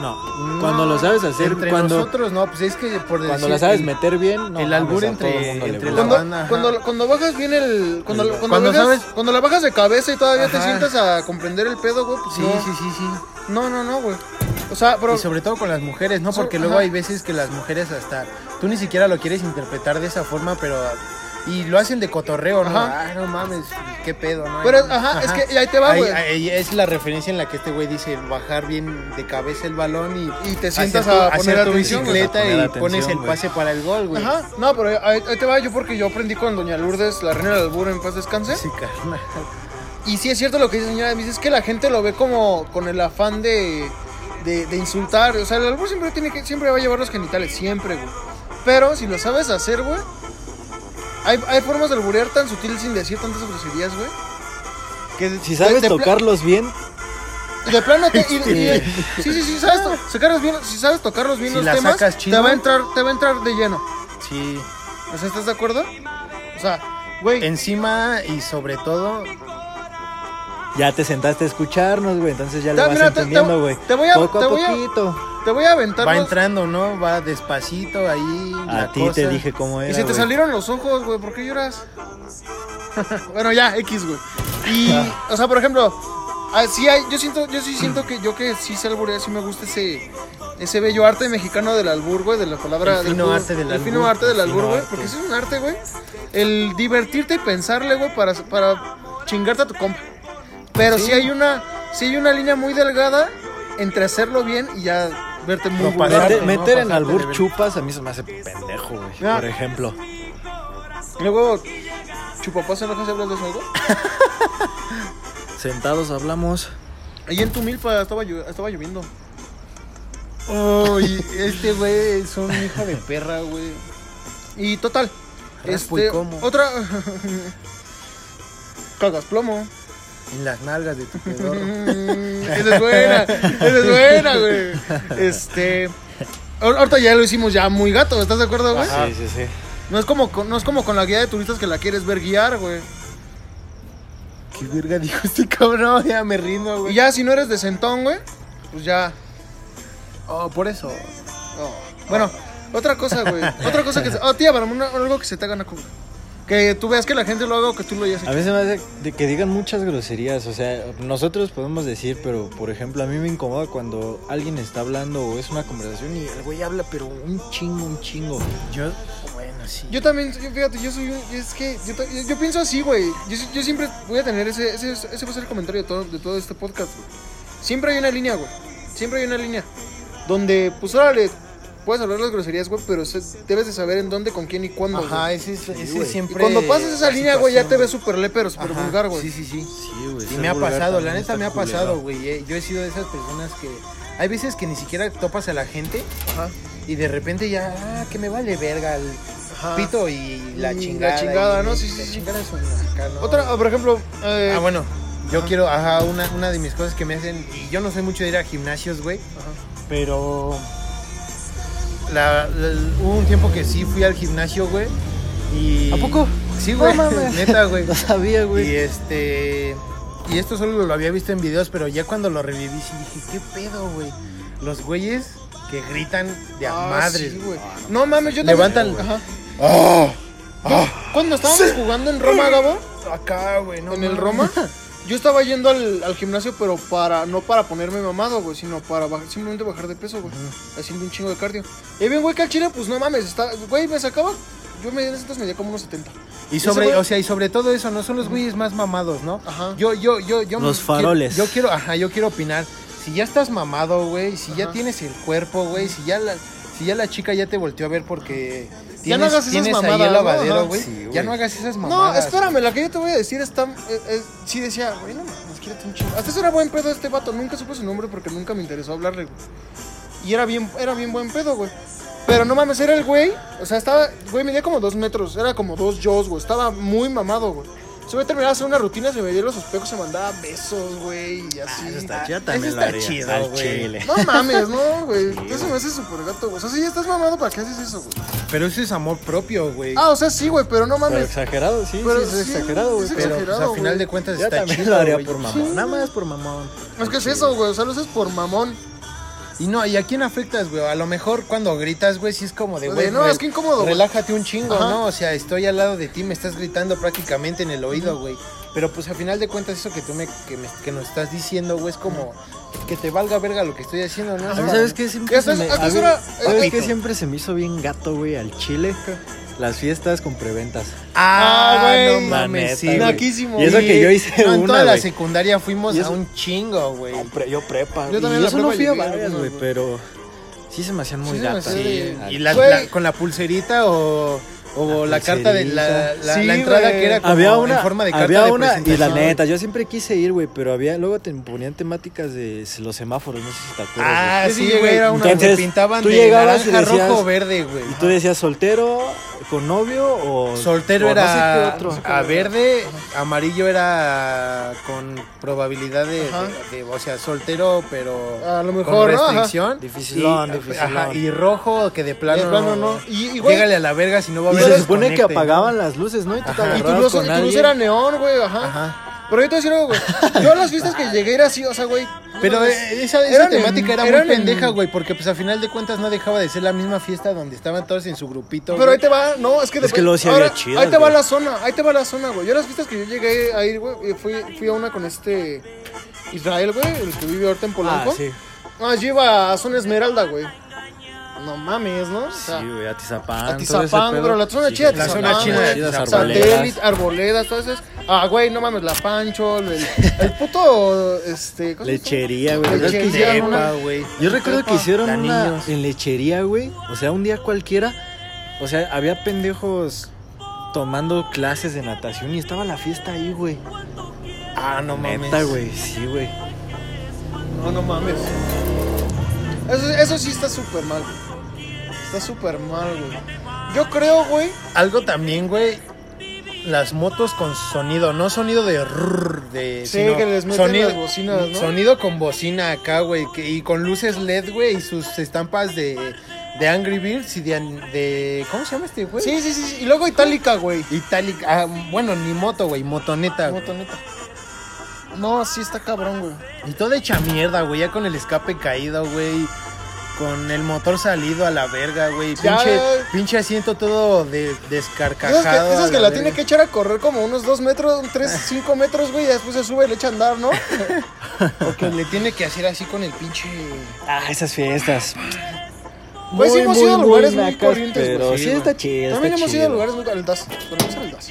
D: No. Cuando lo sabes hacer,
B: Entre
D: cuando,
B: nosotros, no, pues es que por
D: cuando
B: decir
D: la sabes
B: que-
D: meter bien, no.
B: el
D: mames,
B: albur
D: a
B: entre-
D: todo mundo le
B: entre
D: gusta.
A: Cuando,
B: banda, ajá.
A: cuando, cuando bajas bien el. Cuando, cuando,
B: Cuando
A: bajas-
B: sabes-
A: cuando la bajas de cabeza y todavía te
B: Ajá.
A: sientas a comprender el pedo, güey, pues
B: Sí,
A: no.
B: sí, sí, sí.
A: No, no, no, güey. O sea, pero.
B: Y sobre todo con las mujeres, ¿no?
A: So-
B: Porque luego
A: ajá.
B: hay veces que las mujeres hasta... Tú ni siquiera lo quieres interpretar de esa forma, pero... Y lo hacen de cotorreo, ¿no?
A: Ajá.
B: Ay, no mames, qué pedo, ¿no?
A: Pero,
B: Ay, no.
A: ajá, es que ahí te va,
B: Ahí-
A: güey.
B: ahí es la referencia en la que este güey dice bajar bien de cabeza el balón y...
A: Y te sientas
B: hacer tu-
A: a poner
B: hacer tu
A: atención, güey.
B: bicicleta
C: Poner
B: y
C: atención,
B: pones el
C: güey.
B: pase para el gol, güey.
A: Ajá. No, pero ahí, ahí te va yo porque yo aprendí con Doña Lourdes, la reina del albur en paz descanse.
B: Sí, carnal.
A: Y sí es cierto lo que dice señora, dice es que la gente lo ve como con el afán de, de, de insultar. O sea, el albur siempre tiene que, siempre va a llevar los genitales, siempre, güey. Pero si lo sabes hacer, güey, hay, hay formas de alburear tan sutil sin decir tantas groserías, güey. Que
D: Si sabes
A: de- de pla-
D: tocarlos bien,
A: y de plano te, y- y- sí, sí, sí, sabes to- sacarlos bien, si sabes tocarlos bien
B: Si
A: los
B: la
A: temas,
B: sacas chido.
A: te va a entrar, te va a entrar de lleno.
B: Sí.
A: O sea, ¿estás de acuerdo? O sea, güey,
B: Encima y sobre todo...
D: ya te sentaste a escucharnos, güey. Entonces ya
A: Te-
D: lo vas
A: mira, te- te-
D: entendiendo, güey.
A: te voy a-
D: Poco
A: te
D: a
A: voy a-
D: poquito.
A: te voy a aventar
B: Va
A: los-
B: entrando, ¿no? Va despacito ahí.
D: A
B: la
D: ti te
B: cosa.
D: dije cómo era.
A: Y se te
D: güey.
A: salieron los ojos, güey, ¿por qué lloras? bueno, ya, X, güey. Y, o sea, por ejemplo, así hay, yo siento, yo sí siento que yo que sí sé alburear, sí me gusta ese, ese bello arte mexicano del albur, güey, de la palabra.
B: El fino
A: del-
B: arte del
A: el fino
B: albur,
A: arte del
B: el
A: albur,
B: fino
A: güey,
B: arte.
A: porque eso es un arte, güey. El divertirte y pensarle, güey, para, para chingarte a tu compa. Pero sí, hay una, sí hay una línea muy delgada entre hacerlo bien y ya verte muy
B: No,
A: vulgar.
D: Meter,
B: ¿no?
D: meter
B: Pasarte
D: en
B: de
D: albur
B: ver-
D: chupas a mí se me hace pendejo, güey.
A: Ya.
D: Por ejemplo.
A: Luego, chupapás se enoja si hablas de eso, güey.
D: Sentados hablamos.
A: Ahí en tu milpa estaba, llo- estaba lloviendo.
B: Uy, este güey es un hijo de perra, güey.
A: Y total.
B: Raspo
A: este,
B: y como.
A: Otra. Cagas plomo.
B: En las nalgas de tu pedorro.
A: Mm, Esa es buena. Esa es buena, güey. Este. ahor- Ahorita ya lo hicimos ya muy gato, ¿estás de acuerdo, güey?
D: Sí, sí, sí.
A: No es como con, no es como con la guía de turistas que la quieres ver guiar, güey.
B: Qué verga dijo este cabrón, ya me rindo,
A: Y
B: güey.
A: ya si no eres de sentón, güey, pues ya.
B: Oh, por eso.
A: no. Oh. Bueno, otra cosa, güey. Otra cosa que. se- Oh, tía, para una- algo que se te haga naco, güey. Que tú veas que la gente lo haga o que tú lo hayas
D: A
A: hecho.
D: mí se me hace de que digan muchas groserías, o sea, nosotros podemos decir, pero por ejemplo, a mí me incomoda cuando alguien está hablando o es una conversación y el güey habla, pero un chingo, un chingo.
B: Yo, bueno, sí.
A: Yo también, yo- fíjate, yo soy un- Es que yo, ta- yo pienso así, güey. Yo, si- yo siempre voy a tener ese, ese. ese va a ser el comentario de todo, de todo este podcast, güey. Siempre hay una línea, güey. Siempre hay una línea. Donde, pues, órale, puedes hablar las groserías, güey, pero se- debes de saber en dónde, con quién y cuándo.
B: Ajá,
A: güey.
B: ese, es- ese
D: Sí, güey.
A: Y
B: siempre.
A: cuando pasas esa
B: la
A: línea, güey, ya te ves
B: situación.
A: súper lepero, súper
B: Ajá,
A: vulgar, güey.
B: Sí, sí, sí.
D: Sí, güey.
B: Y me ha pasado, la neta me ha pasado, güey. eh. Yo he sido de esas personas que. Hay veces que ni siquiera topas a la gente
A: Ajá.
B: y de repente ya, ah, que me vale verga el
A: Ajá.
B: pito y la
A: Ah. Y la
B: chingada.
A: chingada,
B: y
A: ¿no? Sí, sí,
B: la
A: sí.
B: chingada es una acá, ¿no?
A: Otra, ah, por ejemplo. eh,
B: Ah, bueno, yo
A: Ajá.
B: quiero, ajá, una, una de mis cosas que me hacen, y yo no soy mucho de ir a gimnasios, güey,
A: ajá.
B: pero la- la- hubo un tiempo que sí fui al gimnasio, güey, y...
D: ¿A poco?
B: Sí, güey,
D: No mames.
B: neta, güey.
D: No sabía,
B: y
D: güey.
B: este... Y esto solo lo había visto en videos, pero ya cuando lo reviví sí dije, ¿qué pedo, güey? Los güeyes que gritan de a
A: Ah,
B: madre.
A: sí, güey. No mames, yo
B: Levantan-
A: también. Ajá. Cuando estábamos jugando en Roma, Gabo.
B: Acá, güey, no
A: en el
B: mames.
A: Roma. Yo estaba yendo al, al gimnasio, pero para no para ponerme mamado, güey, sino para bajar- simplemente bajar de peso, güey. Haciendo un chingo de cardio. Y bien, güey, que al chile, pues no mames, está, güey, me sacaba. Yo me en ese entonces medía como unos 70.
B: Y
A: Ese
B: sobre,
A: güey-
B: o sea, y sobre todo eso, no son los güeyes más mamados, ¿no?
A: Ajá.
B: Yo, yo, yo, yo.
D: Los
B: quiero-
D: faroles.
B: Yo quiero, ajá, yo quiero opinar. Si ya estás mamado, güey, si ya
A: Ajá.
B: tienes el cuerpo, güey, si ya la, si ya la chica ya te volteó a ver porque tienes,
A: Ya no hagas esas
B: tienes ahí
A: mamadas,
B: el
A: ¿no?
B: lavadero,
A: Ajá.
B: güey.
D: Sí, güey.
B: ya no hagas esas
A: No,
B: mamadas.
A: espérame, la que yo te voy a decir está. eh, eh, sí decía, güey, no mames, quírate un chingo. Hasta eso era buen pedo este vato, nunca supe su nombre porque nunca me interesó hablarle, güey. Y era bien, era bien buen pedo, güey. Pero no mames, era el güey. O sea, estaba, güey, medía como dos metros, era como dos yo, güey. Estaba muy mamado, güey. Se me terminaba de hacer una rutina, se me dio los espejos, se mandaba besos, güey, y así.
B: Eso está chido,
A: Ah,
B: también
A: eso
B: lo
A: está
B: haría,
A: chido,
B: al
A: güey.
B: chile.
A: No mames, no, güey. Eso me hace súper gato, güey. O sea, si ya estás mamado, ¿para qué haces eso, güey?
B: Pero eso es amor propio, güey.
A: Ah, o sea, sí, güey, pero no
D: Pero
A: mames.
D: exagerado, sí,
A: Pero
D: sí, es
A: sí,
D: exagerado, güey.
A: es
D: pero-
B: pero pues,
A: exagerado,
B: al final
A: güey.
B: de cuentas
D: Yo
B: está
D: también
B: chido.
D: lo haría
B: güey.
D: por mamón.
B: Pues Nada más por mamón.
A: Es que es eso, güey. O sea, lo haces por mamón.
B: Y no, ¿y a quién afectas, güey? A lo mejor cuando gritas, güey, sí es como de,
A: De,
B: güey.
A: no,
B: re-
A: es que incómodo, güey.
B: Relájate un chingo,
A: Ajá.
B: ¿no? O sea, estoy al lado de ti, me estás gritando prácticamente en el oído, güey. Pero pues al final de cuentas, eso que tú me, que me- que nos estás diciendo, güey, es como que te valga verga lo que estoy haciendo, ¿no?
D: A
B: O
D: mí,
B: sea,
D: ¿Sabes qué?
A: Ya
D: Siempre se
A: estás-
D: me,
A: ¿a qué
D: a mí-
A: hora?
D: ¿sabes qué?
A: Pito.
D: Siempre se me hizo bien gato, güey, al chile. Las fiestas con preventas.
B: Ah,
A: Ah,
B: güey.
A: güey.
B: No mames,
D: La
B: sí.
D: neta,
B: güey.
A: Naquísimo.
D: Y eso que yo hice
B: No, en
D: una,
B: toda la
D: güey.
B: secundaria fuimos
D: Y
B: a
D: eso- Oh,
B: un chingo, güey.
D: No, pre- yo prepa.
A: Yo también
D: y
A: la
D: eso no
A: prepa
D: fui a
A: llegué a
D: varias,
A: algunas,
D: güey,
A: güey.
D: pero sí se me hacían muy
A: Sí se me
D: gatas.
A: hacía de-
D: Al-
B: Y la,
A: Güey.
B: la- con la pulserita o, o la,
D: La
B: carta de la,
D: pulserita.
B: la,
A: Sí,
B: la entrada
A: güey.
B: que era como
D: había una,
B: en forma de carta
D: había
B: de
D: una y la
B: presentación.
D: neta, yo siempre quise ir, güey, pero había luego te ponían temáticas de los semáforos, no sé si te acuerdas.
B: Ah,
A: Yo sí
B: sí,
A: llegué.
B: güey, era una
D: Entonces,
B: que pintaban
D: tú
B: de
D: llegabas y
B: naranja,
D: decías-
B: rojo o verde, güey.
D: güey. Y tú decías soltero, con novio o
B: Soltero
D: o
B: era
D: No sé qué otro.
B: a verde, amarillo era con probabilidad de,
A: Ajá.
B: de- de- o sea, soltero, pero
A: A lo mejor, ¿no?
B: con
A: Ajá.
B: restricción.
D: Dificilón,
B: y,
D: dificilón.
B: ajá, y rojo que de plano,
A: De plano no. Y- y, güey,
B: Llégale a la verga si no va a
D: Y
B: haber
D: se supone que
B: desconecte, ¿no?
D: apagaban las luces, ¿no? Y tú te
A: Y tu
D: agarrabas
A: luz,
D: con
A: y tu luz
D: alguien.
A: era neón, güey, ajá.
B: Ajá.
A: Pero yo te voy a decir algo, güey. Yo a las fiestas que llegué era así, o sea, güey. no
B: Pero
A: mames.
B: eh, esa, esa
A: Eran en-
B: temática era
A: eran
B: muy pendeja,
A: en-
B: güey, porque pues a final de cuentas no dejaba de ser la misma fiesta donde estaban todos en su grupito.
A: Pero
B: güey.
A: ahí te va, no, es que
D: Es que luego sí había chidas,
A: Ahí te va
D: güey.
A: la zona, ahí te va la zona, güey. Yo las fiestas que yo llegué a ir, güey, eh, fui, fui a una con este Israel, güey, el que vive ahorita en
D: Ah,
A: Polanco.
D: sí.
A: Ah, yo iba a Zona Esmeralda, güey. No mames, ¿no? O sea,
D: Sí, güey, Atizapán.
A: Atizapán, güey, pero la zona chida de
B: la zona
A: Atizapán,
B: chida de
A: güey.
B: Atizapán.
A: Satélite, arboledas, todas esas. Ah, güey, no mames, la Pancho, el, el puto, este... ¿cómo se llama?
D: Lechería, güey. ¿verdad que
A: Lechería.
D: hicieron
A: hicieron una-
B: Tepa, güey.
D: Yo recuerdo que hicieron
B: Da
D: una
B: niños.
D: en lechería, güey. O sea, un día cualquiera. O sea, había pendejos tomando clases de natación y estaba la fiesta ahí, güey.
B: Ah, no mames.
D: Neta, güey. Sí, güey.
A: No, no mames. Eso, eso sí está súper mal, güey. Está súper mal, güey. Yo creo, güey,
B: Algo también, güey. Las motos con sonido, no sonido de rrr, de
A: Sí, que les meten las bocinas, ¿no?
B: Sonido con bocina acá, güey, que- y con luces LED, güey, y sus estampas de, de Angry Birds y de, an- de ¿cómo se llama este güey?
A: Sí, sí, sí, sí. Y luego Itálica, güey.
B: Itálica, ah, bueno, ni moto, güey, motoneta. güey.
A: Motoneta. No, sí está cabrón, güey.
B: Y todo hecha mierda, güey, ya con el escape caído, güey. Con el motor salido a la verga, güey.
A: Ya.
B: Pinche, pinche asiento todo de,
A: Esas
B: descarcajado.
A: que, esas
B: a
A: que la
B: verga.
A: tiene que echar a correr como unos 2 metros, 3, 5 metros, güey, y después se sube y le echa a andar, ¿no?
B: O que le tiene que hacer así con el pinche.
D: Ah, esas fiestas.
A: Güey, sí hemos ido a lugares muy
D: nacas,
A: corrientes, güey.
D: Pero
B: Sí,
D: sí,
B: güey.
D: está chido.
A: También
D: está
A: hemos ido a
D: chido.
A: lugares muy al DAS. Conocemos el DAS.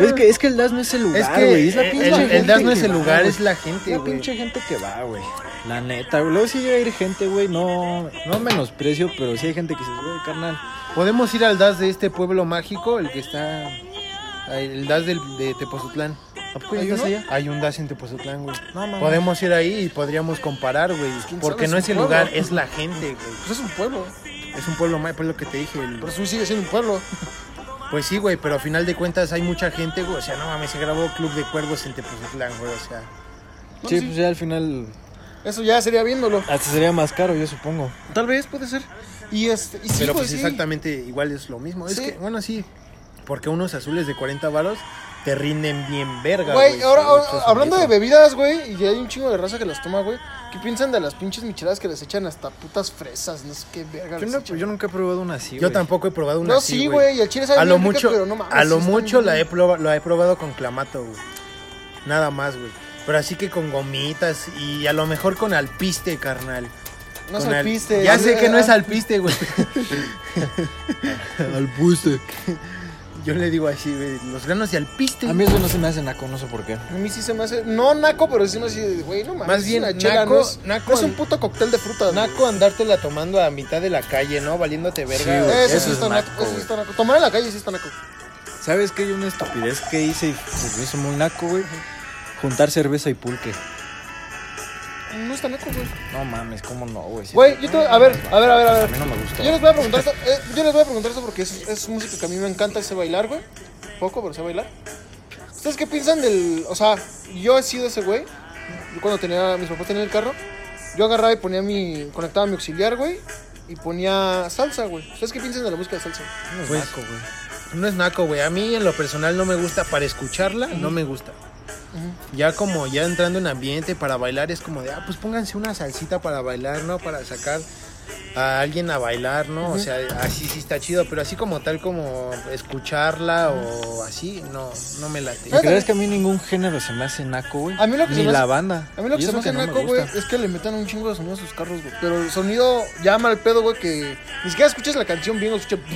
D: Es que, es que el DAS no es el lugar,
B: Es que
D: güey. Es la
B: el-
D: pinche
B: Eh, el,
D: gente
B: el DAS no
D: que
B: es el
D: va,
B: lugar,
D: güey.
B: es la gente,
D: La
B: güey.
D: pinche gente que va, güey. La neta, güey. Luego sí llega a ir gente, güey. No, no menosprecio, pero sí hay gente que se güey, carnal.
B: Podemos ir al DAS de este pueblo mágico, el que está. ahí, El DAS del- de Tepozotlán.
D: ¿A poco ya
A: ¿Hay
D: estás
A: uno?
D: allá?
B: Hay un DAS en Tepozotlán, güey.
D: No, mames.
B: Podemos ir ahí y podríamos comparar, güey.
A: quién sabe,
B: Porque
A: es
B: no
A: un
B: es el
A: pueblo.
B: lugar, es la gente, güey.
A: Pues es un pueblo.
B: Es un pueblo mágico, es lo que te dije. el-
A: Pero sí sigue siendo un pueblo.
B: Pues sí, güey, pero a final de cuentas hay mucha gente, güey. O sea, no mames, se grabó Club de Cuervos en Tepozotlán, güey. O sea,
A: No,
D: Sí,
A: sí.
D: pues ya al final
A: Eso ya sería viéndolo.
D: hasta sería más caro, yo supongo.
A: Tal vez puede ser. Y este. Y sí,
B: pero
A: güey,
B: pues
A: sí.
B: exactamente igual es lo mismo. Es
A: Sí.
B: que, bueno, sí, porque unos azules de 40 varos te rinden bien verga,
A: Güey, ahora,
B: Sí,
A: ahora,
B: eso es un
A: hablando de
B: hecho.
A: bebidas, güey, y ya hay un chingo de raza que las toma, güey. ¿Qué piensan de las pinches micheladas que les echan hasta putas fresas? No sé qué verga.
D: Yo,
A: les
D: no-
A: echan?
D: yo nunca he probado una así.
B: Yo
D: güey.
B: tampoco he probado una
A: No,
B: así,
A: sí, güey, y el chile sabe
B: A lo
A: bien rica,
B: mucho,
A: pero no mames,
B: a lo
A: sí están
B: mucho
A: bien-
B: la he probado, la he probado con clamato, güey. Nada más, güey. Pero así que con gomitas y a lo mejor con alpiste, carnal.
A: No
B: Con al-
A: salpiste.
B: Ya sé que no es alpiste, güey.
D: Al buste.
B: Yo le digo así, güey, los granos de alpiste.
D: A mí eso no se me hace naco, no sé por qué.
A: A mí sí se me hace. No, naco, pero sí me hace. Güey, no mames.
B: Más
A: es
B: bien,
A: una chela,
B: naco-
A: no es,
B: naco
A: no es
B: al-
A: un puto cóctel de frutas. güey.
B: Naco andártela tomando a mitad de la calle, ¿no? Valiéndote verga.
D: güey.
A: Eso,
D: Eso
A: sí
D: es
A: está naco.
D: naco,
A: Eso sí
D: güey.
A: está naco. Tomar en la calle sí está naco.
D: ¿Sabes qué? Hay una estupidez que hice y se me hizo muy naco, güey. Juntar cerveza y pulque.
A: No está naco, güey.
D: No mames, ¿cómo no, güey? Si-
A: Güey, yo te. A ver, a ver, a ver, a
D: A
A: ver.
D: mí no me gusta.
A: Yo les voy a preguntar esto, eh, yo les voy a preguntar esto porque es, es música que a mí me encanta y sé bailar, güey. Poco, pero sé bailar. ¿Ustedes qué piensan del.? O sea, yo he sido ese güey. Yo cuando tenía. Mis papás tenían el carro. Yo agarraba y ponía mi. Conectaba mi auxiliar, güey. Y ponía salsa, güey. ¿Ustedes qué piensan de la música de salsa?
B: No es naco, güey. No es naco, güey. A mí en lo personal no me gusta. Para escucharla, no me gusta. Ya como ya entrando en ambiente para bailar es como de, ah, pues pónganse una salsita para bailar, ¿no? Para sacar a alguien a bailar, ¿no? O sea, así sí está chido, pero así como tal como escucharla o así, no, no me late.
D: ¿Me crees que a mí ningún género se me hace naco, güey?
A: A mí lo que
D: Ni
A: se me
D: la
A: hace-
D: banda.
A: A mí lo
D: Y
A: que se
D: eso
A: me hace
D: no
A: naco, güey,
D: gusta.
A: es que le metan un chingo de sonido a sus carros, güey. Pero el sonido ya mal pedo, güey, que ni siquiera escuchas la canción bien, o escuchas.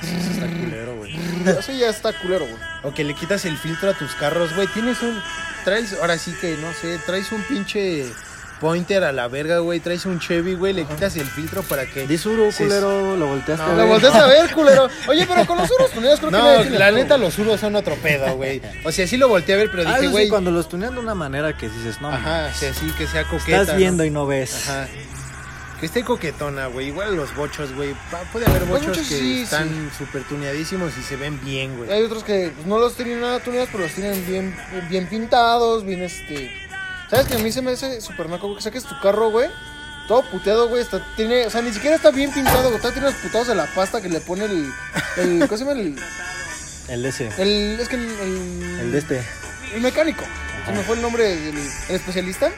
B: Está culero, güey.
A: Eso ya está culero, güey.
B: O que le quitas el filtro a tus carros, güey. Tienes un. Traes, ahora sí que no sé, traes un pinche pointer a la verga, güey. Traes un Chevy, güey. Le quitas el filtro para que.
D: Di suru,
B: Sí,
D: culero, lo volteaste
B: No,
D: a
A: La
D: ver.
A: volteas a ver, culero. Oye, pero con los unos tuneados creo que
B: No,
A: nadie tiene
B: la
A: pedo,
B: neta,
A: güey.
B: los suros son otro pedo, güey. O sea, sí lo volteé a ver, pero
D: Ah,
B: dije,
D: eso sí,
B: güey.
D: cuando los tunean de una manera que dices, no,
B: Ajá, o
D: mames,
B: sea, sí, que sea coqueta.
D: estás
B: ¿no?
D: viendo y no ves.
B: Ajá. Que esté coquetona, güey. Igual los bochos, güey. Pa- Puede haber bochos
A: muchos
B: que
A: sí,
B: están súper tuneadísimos y se ven bien, güey.
A: Hay otros que pues, no los tienen nada tuneados, pero los tienen bien, bien pintados, bien este. ¿Sabes que a mí se me hace super naco, güey? Que saques tu carro, güey. Todo puteado, güey. Está, tiene, o sea, ni siquiera está bien pintado, güey. Está, tiene los putados de la pasta que le pone el. el ¿Cómo se llama? El,
D: El de ese,
A: el- es que el. El,
D: el de este.
A: el mecánico. Se me fue el nombre del el especialista.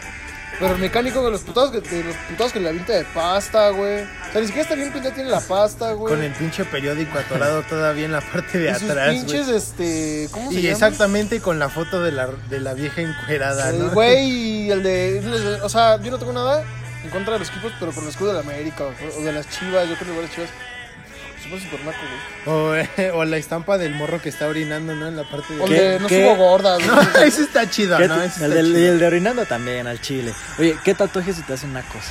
A: Pero el mecánico de los putados que, de los putados que le avienta de pasta, güey. O sea, ni siquiera está bien pintado, tiene la pasta, güey.
B: Con el pinche periódico atorado todavía en la parte de
A: y sus
B: atrás, güey.
A: pinches, este. ¿Cómo se
B: Y
A: llama?
B: exactamente con la foto de la, de la vieja encuerada,
A: El
B: ¿no?
A: güey y el de. O sea, yo no tengo nada en contra de los equipos, pero por el escudo de la América o, por- o de las chivas, yo creo que las chivas. Súper super naco, güey.
B: O, eh, o la estampa del morro que está orinando, ¿no? En la parte de...
A: O el
D: ¿Qué?
A: de no
D: ¿Qué?
A: subo gorda, güey.
B: No, eso está chido,
D: ¿Qué
B: ¿no?
D: te-
B: Eso
D: el,
B: está
D: del- y
B: chido.
D: el de orinando también, al chile. Oye, ¿qué tatuajes se te hacen nacos?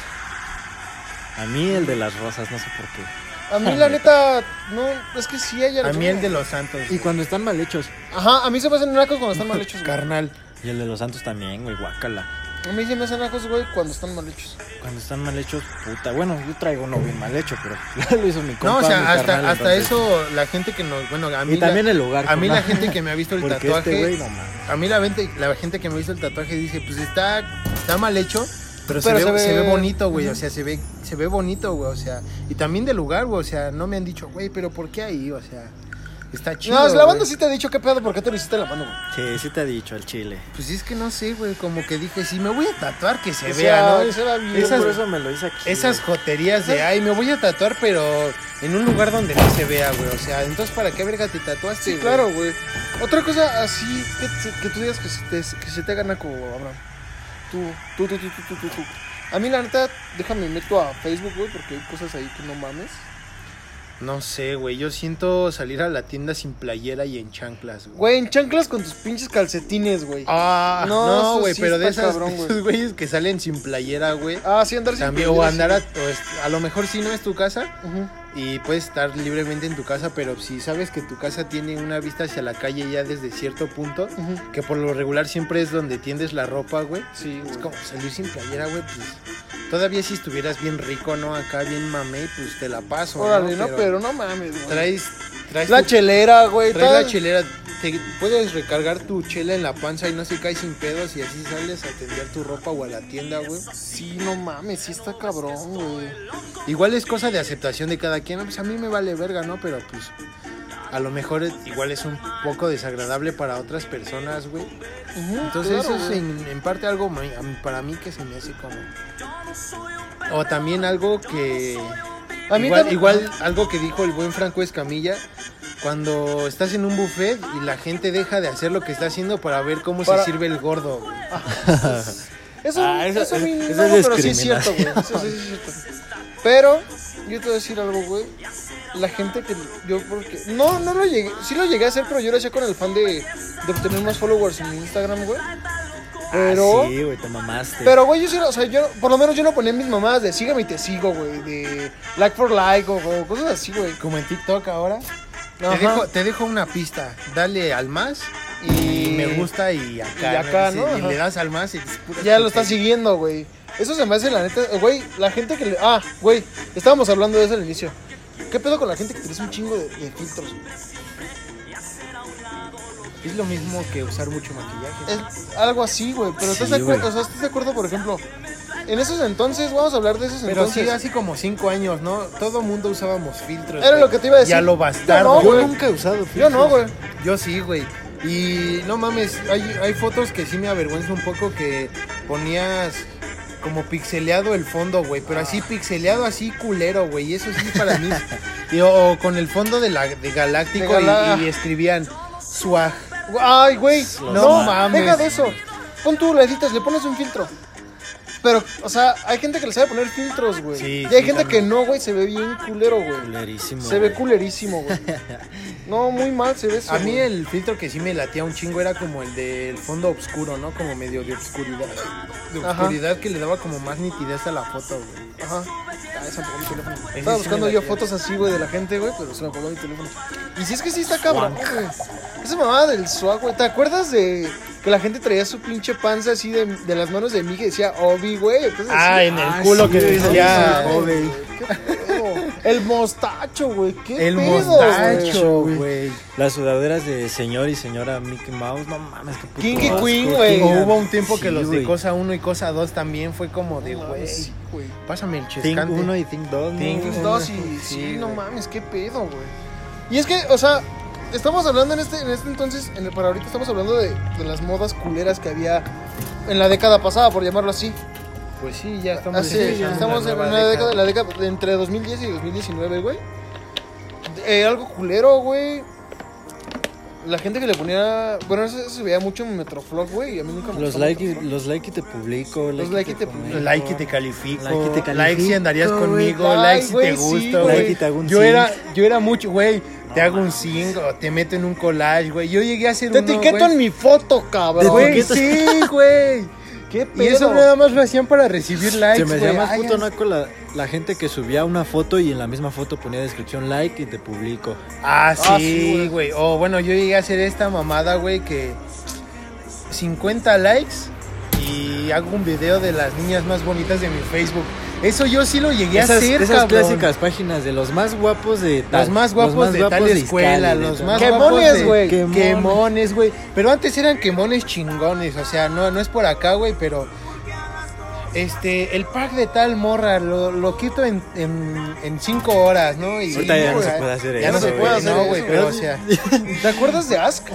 D: A mí el de las rosas, no sé por qué.
A: A mí, la neta, no, es que sí hay
B: A
A: algunos.
B: mí el de los santos.
D: Y cuando están mal hechos.
A: Ajá, a mí se me hacen nacos cuando están mal hechos, güey.
B: Carnal.
D: Y el de los santos también, güey, guácala.
A: A mí se me hacen nacos, güey, cuando están mal hechos.
D: Cuando están mal hechos, puta. Bueno, yo traigo uno bien mal hecho, pero lo hizo mi compa.
B: No, o
D: mi
B: sea, hasta,
D: carnal,
B: hasta
D: entonces.
B: eso, la gente que nos... Bueno, a mí...
D: Y también
B: la,
D: el lugar.
B: A mí
D: ¿no?
B: la gente que me ha visto el
D: Porque
B: tatuaje...
D: este güey, no mames.
B: a mí la, gente- la gente que me ha visto el tatuaje dice, pues está, está mal hecho, pero,
A: Pero
B: se,
A: se
B: ve,
A: ve-
B: se ve bonito, güey. O sea, se ve, se ve bonito, güey. O sea, y también del lugar, güey. O sea, no me han dicho, güey, pero ¿por qué ahí? O sea, está chido,
A: no, la banda
B: güey.
A: sí te ha dicho, ¿qué pedo? ¿Por qué te lo hiciste la mano, güey?
D: Sí, sí te ha dicho, el chile.
B: Pues es que no sé, güey, como que dije, si me voy a tatuar, que se
A: Que
B: vea,
A: sea-
B: ¿no?
A: que se vea bien.
B: Esas-
D: Yo por eso me lo hice aquí.
B: Esas
D: güey.
B: joterías de, ay, me voy a tatuar, pero en un lugar donde no se vea, güey. O sea, entonces, ¿para qué verga te tatuaste,
A: Sí,
B: güey?
A: claro, güey. Otra cosa así que, se- que tú digas que se te, que se te haga naco, Abraham. Tú, tú, tú, tú, tú, tú, tú, tú. A mí, la neta, déjame meto a Facebook, güey, porque hay cosas ahí que no mames.
B: No sé, güey, yo siento salir a la tienda sin playera y en chanclas, güey.
A: Güey, en chanclas con tus pinches calcetines, güey.
B: Ah,
A: No,
B: no,
A: eso
B: güey,
A: sí
B: pero
A: está
B: de esas,
A: cabrón,
B: de
A: güey.
B: esos güeyes que salen sin playera, güey.
A: Ah, sí, andar sin
B: También, o
A: playeras,
B: andar a,
A: sí.
B: o es- a lo mejor si no es tu casa
A: Ujú.
B: y puedes estar libremente en tu casa, pero si sabes que tu casa tiene una vista hacia la calle ya desde cierto punto,
A: Ujú.
B: que por lo regular siempre es donde tiendes la ropa, güey.
A: Sí,
B: Es
A: güey.
B: como salir sin playera, güey, pues todavía si estuvieras bien rico, ¿no? Acá bien mamey, pues te la paso,
A: Órale, no, pero no mames, güey.
B: traes, traes
A: La
B: tu-
A: chelera, güey.
B: traes la
A: tal.
B: chilera, te puedes recargar tu chela en la panza y no se cae sin pedos y así sales a tender tu ropa o a la tienda, güey.
A: Sí, no mames, sí está cabrón, güey.
B: Igual es cosa de aceptación de cada quien, ¿no? pues a mí me vale verga, ¿no? Pero pues a lo mejor es- igual es un poco desagradable para otras personas, güey.
A: Ujú,
B: Entonces
A: claro,
B: eso es
A: güey.
B: en, en parte algo muy- a mí- para mí que se me hace como... O también algo que...
A: A mí
B: igual,
A: también-
B: igual algo que dijo el buen Franco Escamilla, cuando estás en un buffet y la gente deja de hacer lo que está haciendo para ver cómo
A: Para-
B: se sirve el gordo. güey.
A: Eso,
D: Ah, eso-
A: eso a mí
D: eso
A: no,
D: es
A: pero sí es cierto,
D: discriminación.
A: güey. Eso sí es cierto. Pero, yo te voy a decir algo, güey. La gente que yo, porque. No, no lo llegué. Sí lo llegué a hacer, pero yo lo hacía con el fan de, de obtener más followers en mi Instagram, güey. Pero.
D: Ah, sí, güey, te mamaste.
A: Pero, güey, yo sí, lo- o sea, yo, por lo menos yo no ponía mis mamadas de sígame y te sigo, güey, de like for like o, o cosas así, güey.
B: Como en TikTok ahora.
A: Ajá.
B: Te dejo, te dejo una pista. Dale al más y,
A: Y-
B: me gusta y acá.
A: y acá, ¿no?
B: Y
A: Ajá.
B: le das al más y es pura
A: Ya lo están
B: tontería.
A: siguiendo, güey. Eso se me hace la neta, eh, güey, la gente que le... Ah, güey, estábamos hablando de eso al inicio. ¿Qué pedo con la gente que utiliza un chingo de, de filtros? güey?
B: Es lo mismo que usar mucho maquillaje.
A: Es algo así, güey. Pero
D: Sí,
A: estás, de acuerdo,
D: güey.
A: o sea, estás de acuerdo, por ejemplo, en esos entonces, vamos a hablar de esos
B: Pero
A: entonces.
B: sí, hace como cinco años, ¿no? Todo mundo usábamos filtros.
A: Era
B: güey.
A: lo que te iba a decir.
B: Ya lo
A: Yo
B: bastardo.
A: no,
B: güey.
A: güey.
D: Yo nunca he usado
A: Yo no, güey.
B: Yo sí, güey. Y no mames, hay, hay fotos que sí me avergüenza un poco que ponías como pixeleado el fondo, güey. Pero
A: Ah.
B: así pixeleado, así culero, güey. Y eso sí para mí. Y, o con el fondo de, la, de Galáctico
A: De
B: y-
A: Galá-
B: y, escribían swag.
A: Ay, güey. No,
B: No
A: mames.
B: mames.
A: Deja de eso. Pon tú, la editas, le pones un filtro. Pero, o sea, hay gente que le sabe poner filtros, güey.
B: Sí,
A: y hay
B: sí,
A: gente
B: también.
A: que no, güey. Se ve bien culero, güey.
D: Culerísimo.
A: Se ve culerísimo, güey. No, muy mal se ve eso.
B: A mí
A: güey.
B: el filtro que sí me latía un chingo era como el del fondo oscuro, ¿no? Como medio de obscuridad. De
A: Ajá.
B: obscuridad que le daba como más nitidez a la foto, güey.
A: Ajá. Ah, esa me apagó mi teléfono.
B: Ese
A: Estaba
B: sí
A: buscando
B: me
A: yo
B: latía.
A: fotos así, güey, de la gente, güey, pero se me apagó mi teléfono. Y si es que sí está cabrón, güey. Esa mamada del swag, güey. ¿Te acuerdas de que la gente traía su pinche panza así de, de las manos de mí que decía Obi, güey? Entonces,
B: Ah, en el culo que decía.
A: güey, qué pedo. El mostacho, güey. ¿Qué
B: El
A: pedo, güey?
B: mostacho, güey.
D: Las sudaderas de señor y señora Mickey Mouse, no mames, qué puto
A: Kinky
D: asco,
A: Queen, güey.
B: O
D: Kinky-
B: hubo un tiempo que
D: Sí,
B: los de
D: güey.
B: cosa 1 y cosa 2 también fue como de,
A: No mames,
B: güey,
A: sí, güey.
B: pásame el
D: Think
B: chescante.
D: 1 y Think 2, ¿no?
B: Think
A: Los
B: uno.
A: dos y sí,
B: Sí,
A: no
B: güey.
A: mames, qué pedo, güey. Y es que, o sea, estamos hablando en este, en este entonces, en el, para ahorita estamos hablando de, de las modas culeras que había en la década pasada, por llamarlo así.
B: Pues sí, ya estamos,
A: Así,
B: empezando una
A: estamos en
B: nueva
A: una década, la década de entre 2010 y 2019, güey. Eh, algo culero, güey. La gente que le ponía. Bueno, eso, eso se veía mucho en Metroflog, güey. Y a mí nunca me
D: Los
A: gustó
D: like,
A: Metroflog.
D: los like y te publico.
A: Los like y te
D: comento.
A: publico.
B: Like y te califico.
D: Like y te califico,
B: Like si andarías
D: güey.
B: conmigo.
A: Ay,
B: like si
A: güey,
B: te
A: sí,
B: gusto,
A: güey.
B: güey.
D: Like y te hago un
B: yo
D: zinc.
B: era, yo era mucho, güey. Te hago un sing o te meto en un collage, güey. Yo llegué a hacer
A: Te
B: uno,
A: etiqueto
B: güey.
A: en mi foto, cabrón.
B: Güey, sí, güey.
A: ¿Qué
B: Y eso
A: pedo?
B: nada más lo hacían para recibir likes,
D: Se me hacía
B: güey.
D: más
B: Ay,
D: puto naco la, la gente que subía una foto y en la misma foto ponía descripción like y te publico.
B: Ah,
A: Ah, sí,
B: sí, güey. O bueno, yo llegué a hacer esta mamada, güey, que 50 likes y hago un video de las niñas más bonitas de mi Facebook. Eso yo sí lo llegué a
D: Esas,
B: hacer,
D: esas
B: cabrón.
D: clásicas páginas de los más guapos de tal.
B: Los más guapos
D: los más
B: de
D: guapos
B: tal
D: de
B: escuela,
D: Izcalli, de
B: los
D: tal.
B: más
A: Quemones,
B: guapos de-
A: güey.
B: Quemones.
D: Quemones,
B: güey. Pero antes eran quemones chingones, o sea, no, no es por acá, güey, pero... Este, el pack de tal morra lo, lo quito en, en, en cinco horas, ¿no? Y,
D: Ahorita ya no
B: güey,
D: se puede hacer
B: ya no
A: eso,
B: se
A: güey.
B: puede hacer
A: No,
B: güey,
A: eso,
B: pero o
A: güey.
B: sea...
A: ¿Te acuerdas de Ask?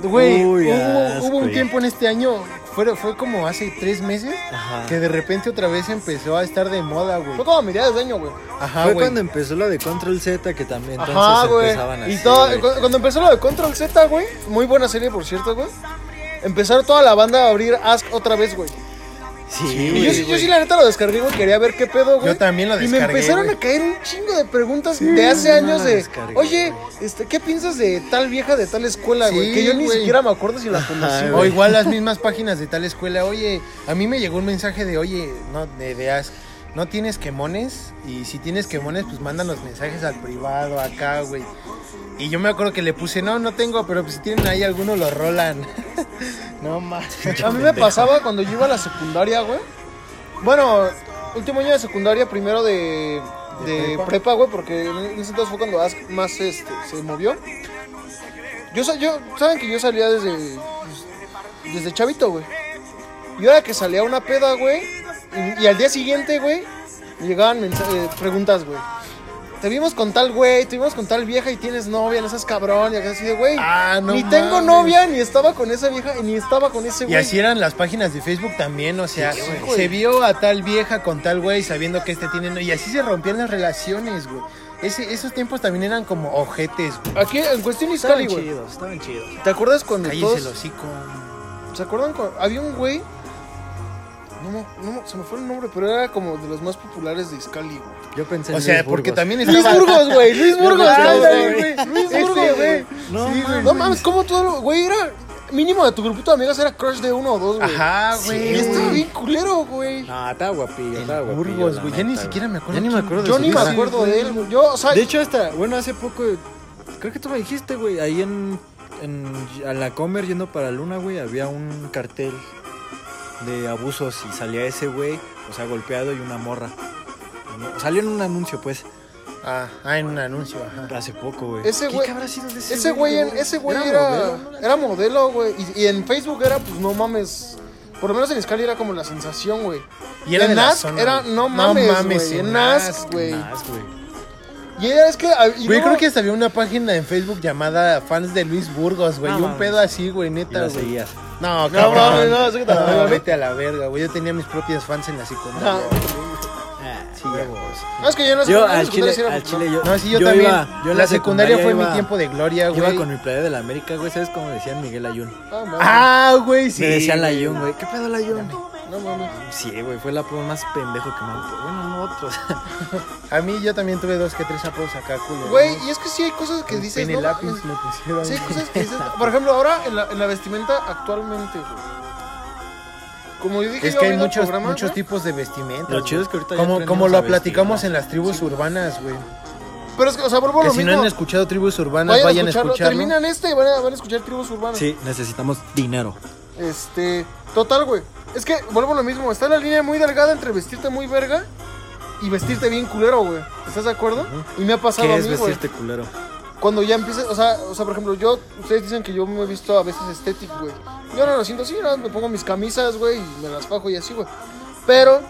B: Güey,
D: Uy,
B: hubo,
D: asco,
B: hubo un
D: güey.
B: tiempo en este año, fue, fue como hace tres meses,
D: Ajá.
B: que de repente otra vez empezó a estar de moda, güey.
A: Fue como a mediados de año, güey.
B: Ajá,
D: Fue
B: Ah, güey.
D: cuando empezó lo de Control Z que también entonces
A: Ajá, güey.
D: empezaban así.
A: Y todo,
D: güey.
A: cu- cuando empezó lo de Control Z, güey, muy buena serie, por cierto, güey. Empezaron toda la banda a abrir Ask otra vez, güey.
D: Sí,
A: Y yo,
D: güey.
A: sí- yo sí, la neta, lo descargué, güey. Quería ver qué pedo, güey.
B: Yo también lo
A: Y me
B: descargué,
A: empezaron
B: güey.
A: a caer un chingo de preguntas de hace
D: no,
A: años
D: la
A: de,
D: descargué,
A: oye, este, ¿qué piensas de tal vieja de tal escuela, güey?
B: Sí,
A: que yo ni
B: güey.
A: siquiera me acuerdo si la conocí,
D: Ajá,
A: güey.
B: O igual las mismas páginas de tal escuela, oye, a mí me llegó un mensaje de, oye, no, de, de Ask, no tienes quemones, y si tienes quemones, pues mándanos mensajes al privado, acá, güey. Y yo me acuerdo que le puse, no, no tengo, pero pues si tienen ahí alguno, lo rolan. no más.
A: A mí me pasaba cuando yo iba a la secundaria, güey. Bueno, último año de secundaria, primero de, de prepa, güey, porque en ese entonces fue cuando Ask más este, se movió. Yo, sa- yo, saben que yo salía desde, pues, desde chavito, güey. Y ahora que salía una peda, güey, y, y al día siguiente, güey, me llegaban mensa- eh, preguntas, güey. Te vimos con tal güey, te vimos con tal vieja y tienes novia, no seas cabrón. Y acá así de, güey,
B: Ah, no
A: ni tengo
B: mames.
A: novia, ni estaba con esa vieja, y ni estaba con ese
B: Y
A: güey.
B: así eran las páginas de Facebook también, o sea,
A: Sí, güey.
B: se vio a tal vieja con tal güey sabiendo que este tiene... no- Y así se rompían las relaciones, güey. Ese- esos tiempos también eran como ojetes, güey.
A: Aquí, en cuestión
D: Estaban
A: Iscali, güey.
D: chidos, estaban chidos.
A: ¿Te acuerdas cuando
B: Cállese
A: todos...
B: el hocico.
A: ¿Se acuerdan cuando... Había un güey... No, me- no, me- se me fue el nombre, pero era como de los más populares de Iscali, güey.
D: Yo pensé
B: O
D: en
B: sea,
D: Luis
B: porque
D: Burgos.
B: también
A: Luis
B: estaba...
A: Burgos, güey. Luis Burgos,
B: Burgos,
A: ándale,
B: güey.
A: güey. Luis
B: Este,
A: Burgos, güey.
D: No,
A: Sí, güey.
D: mames.
A: No mames, ¿cómo todo... lo- Güey, era... Mínimo de tu grupito de amigos era crush de uno o dos, güey.
B: Ajá, Ah,
A: Y
B: güey.
A: estaba bien culero, güey.
D: No, estaba guapillo, estaba
B: El
D: guapillo.
B: Burgos,
D: la
B: güey. Ya ni
D: neta,
B: siquiera
D: güey.
B: me acuerdo.
D: Ya ni me
B: quién-
D: acuerdo de
A: Yo
D: su
A: ni me
D: cara.
A: acuerdo de él, güey. Yo, o sea...
D: De hecho, hasta, bueno, hace poco, creo que tú me dijiste, güey, ahí en, en- a la Comer yendo para Luna, güey, había un cartel de abusos y salía ese güey, o sea, golpeado y una morra. Salió en un anuncio, pues.
B: Ah, ah, en un anuncio, ajá.
D: Hace poco, güey.
A: Ese
B: ¿Qué
A: güey.
B: habrá sido de ese
A: Ese güey, en- ese güey era,
B: modelo,
A: era modelo, güey. Y, y en Facebook era, pues no mames. Por lo menos en Scali era como la sensación, güey.
B: Y era
A: en
B: de la
A: Nas
B: zona,
A: era
B: güey.
A: no
B: No
A: mames,
B: mames,
A: güey.
B: en
A: En
B: Nas,
A: Nas, güey.
D: Nas, güey.
A: Y era, es que. ah, y
B: Güey,
A: luego-
B: creo que hasta había una página en Facebook llamada Fans de Luis Burgos, güey.
D: No
B: y un
D: mames.
B: pedo así, güey,
D: Y
B: neta,
D: la
B: güey.
D: seguías.
B: No,
A: No mames, no,
B: no,
A: eso que te la verga.
B: vete a la verga, güey. Yo tenía mis propias fans en la
A: Ah,
B: secundaria.
D: Ah,
B: sí, güey.
A: No, es que yo no sé.
D: Yo
A: no, no,
D: al
A: no,
D: chile,
A: no, no,
D: al chile yo.
B: No, sí, yo, también.
D: iba- yo en
B: la, secundaria, fue mi
D: iba-
B: tiempo de gloria,
D: Iba
B: güey.
D: con mi playa de la América, güey. ¿Sabes cómo decían Miguel Ayun?
A: Ah, mames.
B: Ah, güey, sí.
D: Me decían la Ayun, güey. ¿Qué pedo la Ayun?
A: No mames.
D: Sí, güey, fue el apodo más pendejo que me han puesto. Bueno, no otros.
B: A mí yo también tuve dos que tres apodos acá, culo.
A: Güey, y es que sí hay cosas que dices.
B: Pene
A: No,
B: lápiz
A: mames.
B: me pusieron.
A: Sí, hay
D: pues,
A: cosas que dices. Por ejemplo, ahora en la, en la vestimenta actualmente, güey. Como yo dije,
B: Es
A: yo
B: que hay
A: viendo el
B: muchos,
A: programa,
B: muchos
A: güey,
B: tipos de vestimenta.
D: Lo chido es que ahorita ya
B: Como,
D: aprendimos
B: como
D: a
B: lo
D: vestir,
B: platicamos
D: ¿no?
B: en las tribus urbanas, güey.
A: Pero es que, o sea, vuelvo a
B: Que
A: lo
B: si no
A: mismo.
B: han escuchado tribus urbanas,
A: Vayan, a
B: vayan, a
A: escucharlo.
B: escucharlo.
A: Terminan este y van a, van a escuchar tribus urbanas.
D: Sí, necesitamos dinero.
A: Este, total, güey. Es que vuelvo a lo mismo. Está la línea muy delgada entre vestirte muy verga y vestirte bien culero, güey. ¿Estás de acuerdo? Y me ha pasado
D: ¿Qué
A: a
D: es
A: mí, güey.
D: vestirte culero?
A: Cuando ya empiezas, o sea, o sea, por ejemplo, yo, ustedes dicen que yo me he visto a veces estético, güey. Yo no lo siento así, nada más me pongo mis camisas, güey, y me las bajo y así, güey. Pero,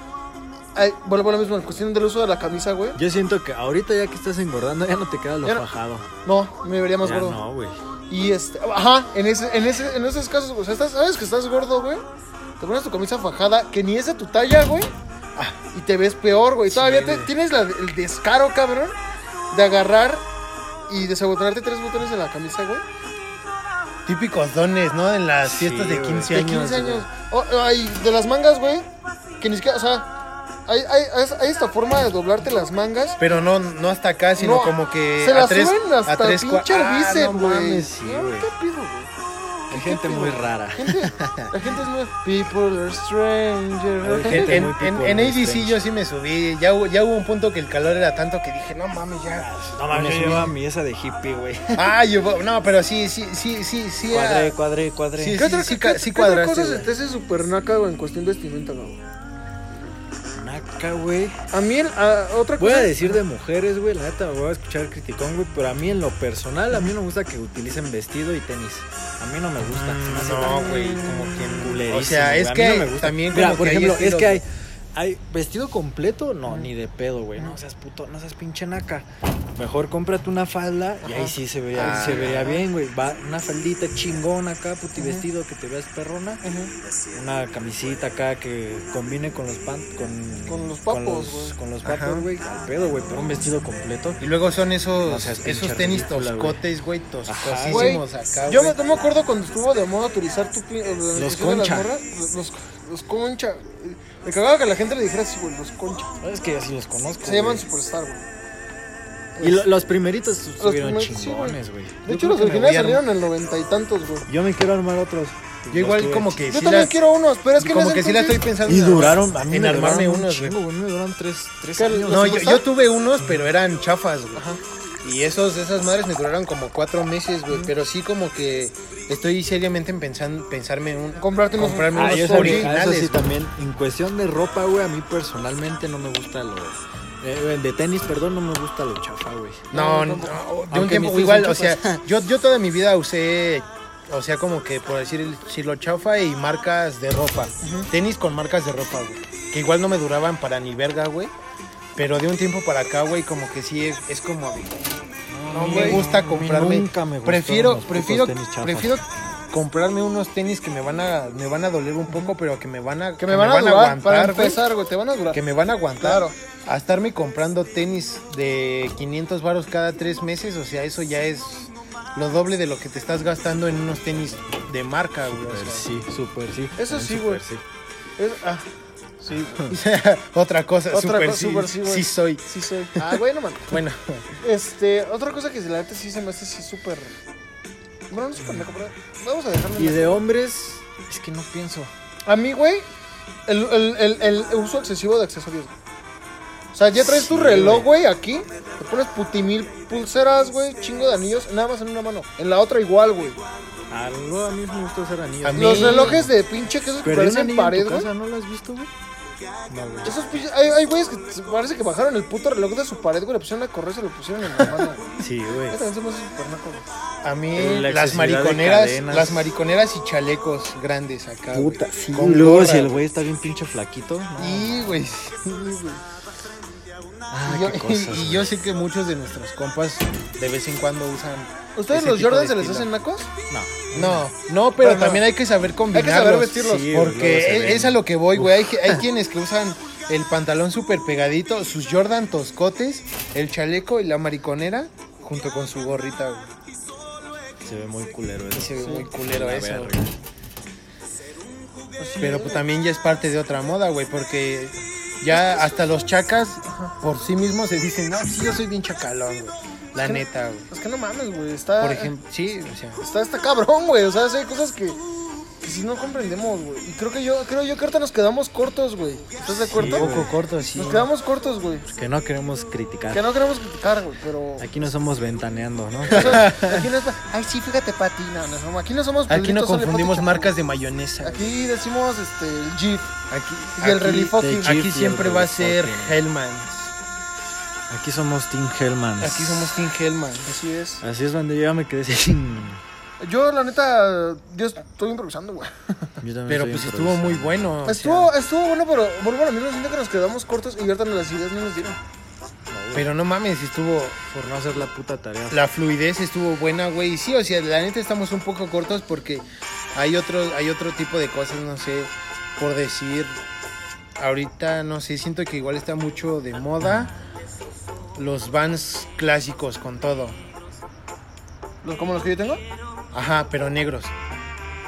A: ay, vuelvo a lo mismo, en cuestión del uso de la camisa, güey.
D: Yo siento que ahorita ya que estás engordando ya no te queda lo
A: Ya no-
D: fajado.
A: No, me vería más
D: Ya
A: gordo.
D: no, güey.
A: Y este, ajá, en, ese, en, ese, en esos casos, o sea, estás- sabes que estás gordo, güey. Te pones tu camisa fajada, que ni es de tu talla, güey. ah, Y te ves peor, güey. Todavía te- tienes la- el descaro, cabrón, de agarrar y desabotonarte tres botones de la camisa, güey.
B: Típicos dones, ¿no? En las
D: Sí,
B: fiestas de
D: güey.
B: 15
A: De
B: años.
A: 15
B: güey.
A: años. Oh, ay, de las mangas, güey. Que ni siquiera, o sea, hay, hay, hay- hay esta forma de doblarte las mangas.
B: Pero no, no hasta acá, sino
A: No,
B: como que.
A: se
B: Eh, a
A: las
B: tres,
A: suben hasta
B: a tres
A: el
B: cua-
A: pinche
B: Ah,
A: bíceps,
B: no
A: güey.
B: mames, sí,
A: No,
B: güey.
A: ¿Qué pido, güey?
D: Hay gente muy rara.
A: Gente- la gente es muy... People are stranger.
D: Hay gente
B: En,
D: muy
B: en,
D: people,
B: en
D: muy
B: ADC
D: strange.
B: yo sí me subí. Ya, hubo- ya hubo un punto que el calor era tanto que dije, no mames, ya.
D: No
B: mames,
D: mames, yo
B: yo
D: llevaba mi esa de hippie, güey.
B: Ah, yo- no, pero sí, sí, sí, sí, sí. ah,
D: Cuadré, cuadré, cuadré.
B: Sí,
A: ¿Qué otra,
B: sí
A: qué-
B: ca-
A: qué-
B: sí
A: qué otra
B: cuadraste,
A: cosa se
B: güey.
A: te hace súper naca, güey, en cuestión de vestimenta, güey?
D: Naca, güey.
A: A mí, el- a- otra
D: Voy
A: cosa...
D: a decir de mujeres, güey. La neta, voy a escuchar criticón, güey. Pero a mí, en lo personal, a mí no me gusta que utilicen vestido y tenis. A mí no me gusta. se me hace
B: Mm, No, güey, como que.
D: culerísimo,
B: O sea,
D: güey.
B: es
D: A mí
B: que
D: no me gusta.
B: también.
D: Mira,
B: como
D: por
B: que hay
D: ejemplo, es
B: estilos,
D: que
B: güey.
D: hay, hay vestido completo, no, ni de pedo, güey. No seas puto, no seas pinche naca. Mejor cómprate una falda y ahí sí se vería,
B: Ah.
D: se vería bien, güey. Va una faldita chingona acá, puti vestido que te veas perrona. Una camisita acá que combine con los pan, con,
A: Con los
D: con
A: papos,
D: los-
A: güey.
D: Con los
B: Ajá.
D: papos, güey. Al pedo, güey, pero un vestido completo.
B: Y luego son esos,
D: No seas pinche
B: esos tenis
D: ridícula, güey.
B: toscotes, güey,
A: Pues
B: toscosísimos acá.
A: Yo me,
B: güey.
A: no me acuerdo cuando estuvo de moda utilizar tu pi- eh, la
D: Los
A: cuestión de las
D: concha.
A: morras, Los, los- los concha. Me cagaba que la gente le dijera así, güey, los concha.
D: Es que así los conozco.
A: Se llaman
D: güey.
A: Superstar, güey.
D: Y lo- los primeritos estuvieron
A: primeritos, sí, güey.
D: chingones, güey.
A: De
B: Yo
A: hecho,
B: creo
A: los
B: que me
A: originales
B: voy a arm-
A: salieron en noventa y tantos, güey.
D: Yo me quiero armar otros.
B: Yo igual
D: Los
B: como que
A: Yo
B: sí
A: también
B: las-
A: quiero unos, pero es que en
B: como
A: ese
B: que sí la estoy
A: entonces-
B: pensando.
D: Y duraron, a mí
B: en
D: me
B: armarme
D: duraron un
B: unos, güey.
D: chingo, güey. Me duraron tres, tres
A: ¿Qué,
D: años.
A: los
B: No, yo,
A: superstar?
B: yo tuve unos, pero eran chafas, güey. Y esos, esas madres me duraron como cuatro meses, güey. Pero sí como que estoy seriamente en pensan- pensarme un...
A: Comprarte unos-
B: comprarme
D: Ah, yo
B: unos
D: también, ah, eso
B: originales.
D: sí
B: güey.
D: también. En cuestión de ropa, güey, a mí personalmente no me gusta lo... eh, de tenis, perdón, no me gusta lo chafa, güey.
B: No, no, de un
D: Aunque
B: tiempo
D: mis
B: igual, o
D: tenis son
B: sea, yo, yo toda mi vida usé, o sea, como que por decir el chilo chafa y marcas de ropa. Tenis con marcas de ropa, güey. Que igual no me duraban para ni verga, güey. Pero de un tiempo para acá, güey, como que sí es, es como... de, No, me
D: güey,
B: gusta
D: no,
B: comprarme.
D: nunca me gustaron
B: prefiero,
D: los putos
B: prefiero,
D: tenis chafas.
B: prefiero comprarme unos tenis que me van a, me van a doler un poco, pero que me van a,
A: Que me van a durar, para
B: güey.
A: empezar, güey, te van a durar.
B: Que me van a aguantar.
A: Claro.
B: A estarme comprando tenis de 500 varos cada tres meses, o sea, eso ya es lo doble de lo que te estás gastando en unos tenis de marca, güey. o
D: Súper
B: sea.
D: sí, súper sí.
A: Eso sí,
D: Súper
A: güey. Es- ah, sí,
B: Otra cosa,
A: Otra
B: super
A: cosa,
B: sí,
A: súper sí, güey.
B: sí soy.
A: sí soy. Ah, güey, no mames.
B: Bueno,
A: Este, otra cosa que la neta sí se me hace así súper. Bueno, no súper naco, pero vamos a dejarlo. en
D: Y
A: la-
D: de hombres, es que no pienso.
A: A mí, güey, el, el- el- el uso excesivo de accesorios. güey. O sea, ya traes tu reloj, güey, aquí. Te pones putimil pulseras, güey, chingo de anillos, nada más en una mano. En la otra igual, güey.
D: A, lo- a mí me gusta usar anillos.
B: A mí-
A: Los relojes de pinche que esos que
D: Perdí un
A: parecen
D: anillo en
A: pared,
D: tu
A: güey.
D: casa, ¿no lo has visto, güey? No, güey.
A: Esos pinches- hay, hay güeyes que t- parece que bajaron el puto reloj de su pared, güey. Le pusieron a correr, se lo pusieron en la mano, güey.
D: Sí, güey.
A: Yo también se me hace súper naco, güey.
B: A mí
C: La
B: las
C: accesibilidad de
B: mariconeras,
C: cadenas.
B: las mariconeras y chalecos grandes acá. güey.
D: Puta, sí.
B: Con
D: Luego,
B: gorra,
D: si el
B: güey.
D: güey está bien pinche flaquito. no.
B: Y, güey, sí, güey.
D: Ah,
B: Y yo-
D: qué cosas,
B: y yo sé que muchos de nuestros compas de vez en cuando usan.
A: ¿Ustedes
B: ese
A: los
B: tipo
A: Jordans
B: de
A: se les
B: estilo.
A: hacen nacos?
B: No, no, pero
A: Bueno,
B: también hay que saber
A: Hay
B: combinarlos.
A: que saber vestirlos.
D: Sí,
B: Porque
D: luego se ven.
B: e- es a lo que voy, güey. Hay, hay quienes que usan el pantalón súper pegadito, sus Jordan toscotes, el chaleco y la mariconera junto con su gorrita, güey.
D: Se ve muy culero eso.
B: Se ve muy culero
D: La
B: eso.
D: verga.
B: Pero pues, también ya es parte de otra moda, güey, porque ya hasta los chacas por sí mismos se dicen, no, sí, yo soy bien chacalón, güey. La
A: que-
B: neta, güey.
A: Es que no mames, güey. Está,
B: Por ejemplo, sí, o sea,
A: está, está cabrón, güey. O sea, sí hay cosas que, que si no comprendemos, güey. Y creo que yo, creo yo que ahorita nos quedamos cortos, güey. ¿Estás de acuerdo?
B: un poco corto, sí.
A: Nos quedamos cortos, güey.
D: Que no queremos
A: Que
D: criticar.
A: no queremos criticar, güey, pero...
D: Aquí no somos ventaneando, ¿no?
A: Aquí no es... Ay, sí, fíjate, Pati. No, no, no, aquí no somos...
B: Aquí no
A: Pedrito, Sole,
B: confundimos
A: Pati,
B: marcas de mayonesa.
A: Chapoy. Aquí decimos, este, el Jeep.
B: Aquí,
A: Y el
B: aquí-
A: Relifoki.
D: te-
B: Aquí siempre va a ser
D: Relifoki.
B: Hellman.
D: Aquí somos Team Hellman.
B: Aquí somos Team Hellman.
A: Así es.
D: Así es donde yo ya me quedé sin.
A: Yo, la neta, yo estoy improvisando, güey.
D: Yo también
B: Pero
D: soy
B: pues estuvo
D: improvisado.
B: muy bueno. o
A: Estuvo,
B: sea,
A: estuvo bueno, pero vuelvo a lo mismo. Siento que nos quedamos cortos y ahorita las ideas no nos dieron.
B: Pero no mames, estuvo
D: Por no hacer la puta tarea.
B: La fluidez estuvo buena, güey. Y sí, o sea, la neta estamos un poco cortos porque hay otro, hay otro tipo de cosas, no sé, por decir. Ahorita, no sé, siento que igual está mucho de moda los vans clásicos con todo.
A: Los, como los que yo tengo,
B: Ajá, pero negros.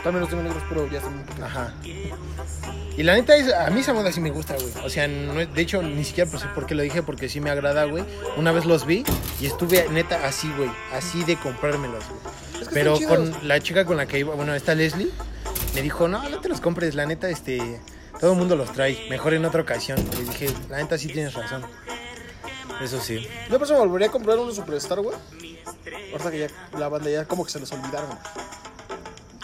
A: también los tengo negros, pero ya están un poquito.
B: Ajá. Y la neta es, a mí esa moda sí me gusta, güey. O sea, no es- de hecho, ni siquiera pues, sé por qué lo dije, porque sí me agrada, güey. Una vez los vi y estuve neta así, güey. Así de comprármelos, güey.
A: Es que
B: Pero
A: están chidos.
B: con la chica con la que iba, bueno, esta Leslie, me dijo, no, no te los compres, la neta, este, todo el mundo los trae, mejor en otra ocasión. Le dije, la neta sí tienes razón.
D: Eso sí.
A: Yo por eso me volvería a comprar uno Superstar, güey. Ahorita que ya la banda ya como que se los olvidaron.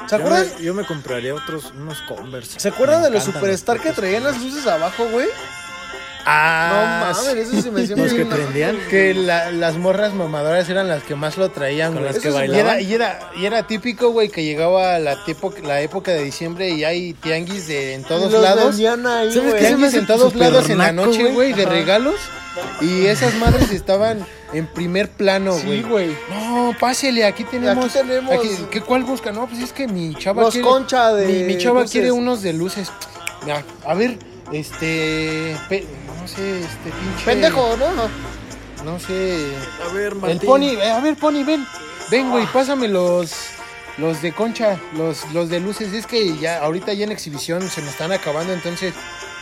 A: ¿Se
D: Yo
A: acuerdan?
D: me, yo me compraría otros, unos Converse.
A: ¿Se acuerdan
D: Me
A: de los
D: encantan
A: Superstar que
D: putos
A: traían las luces abajo, güey?
B: Ah,
A: no mames, eso se me hacía
D: Los
A: muy
D: que
A: naco.
D: prendían.
B: Que la- las morras mamadoras eran las que más lo traían,
D: Con
B: güey.
D: las que
B: Eso sí.
D: bailaban.
B: Y era, y era, y era típico, güey, que llegaba la, tipo- la época de diciembre y hay tianguis de, en todos
A: Los
B: lados.
A: vendían ahí,
B: ¿Sabes
A: güey.
B: qué? Se me
D: hace
B: en todos
D: súper
B: lados en la
D: naco,
B: noche,
D: güey.
B: güey, de
A: Ajá.
B: regalos. Y esas madres estaban en primer plano, güey.
A: Sí, güey.
B: No, pásele, aquí tenemos.
A: Aquí tenemos-
B: aquí- ¿qué, ¿Cuál busca? No, pues es que mi chava
A: Los
B: quiere.
A: concha de.
B: mi, mi chava
A: luces.
B: quiere unos de luces. Mira, a ver, este. pe- no sé, este pinche.
A: Pendejo, ¿no?
B: No sé.
D: A ver, Martín.
B: El pony, eh, a ver, pony, ven. Ven, güey, pásame los. Los de concha, los, los de luces. Es que ya, ahorita ya en exhibición se me están acabando, entonces.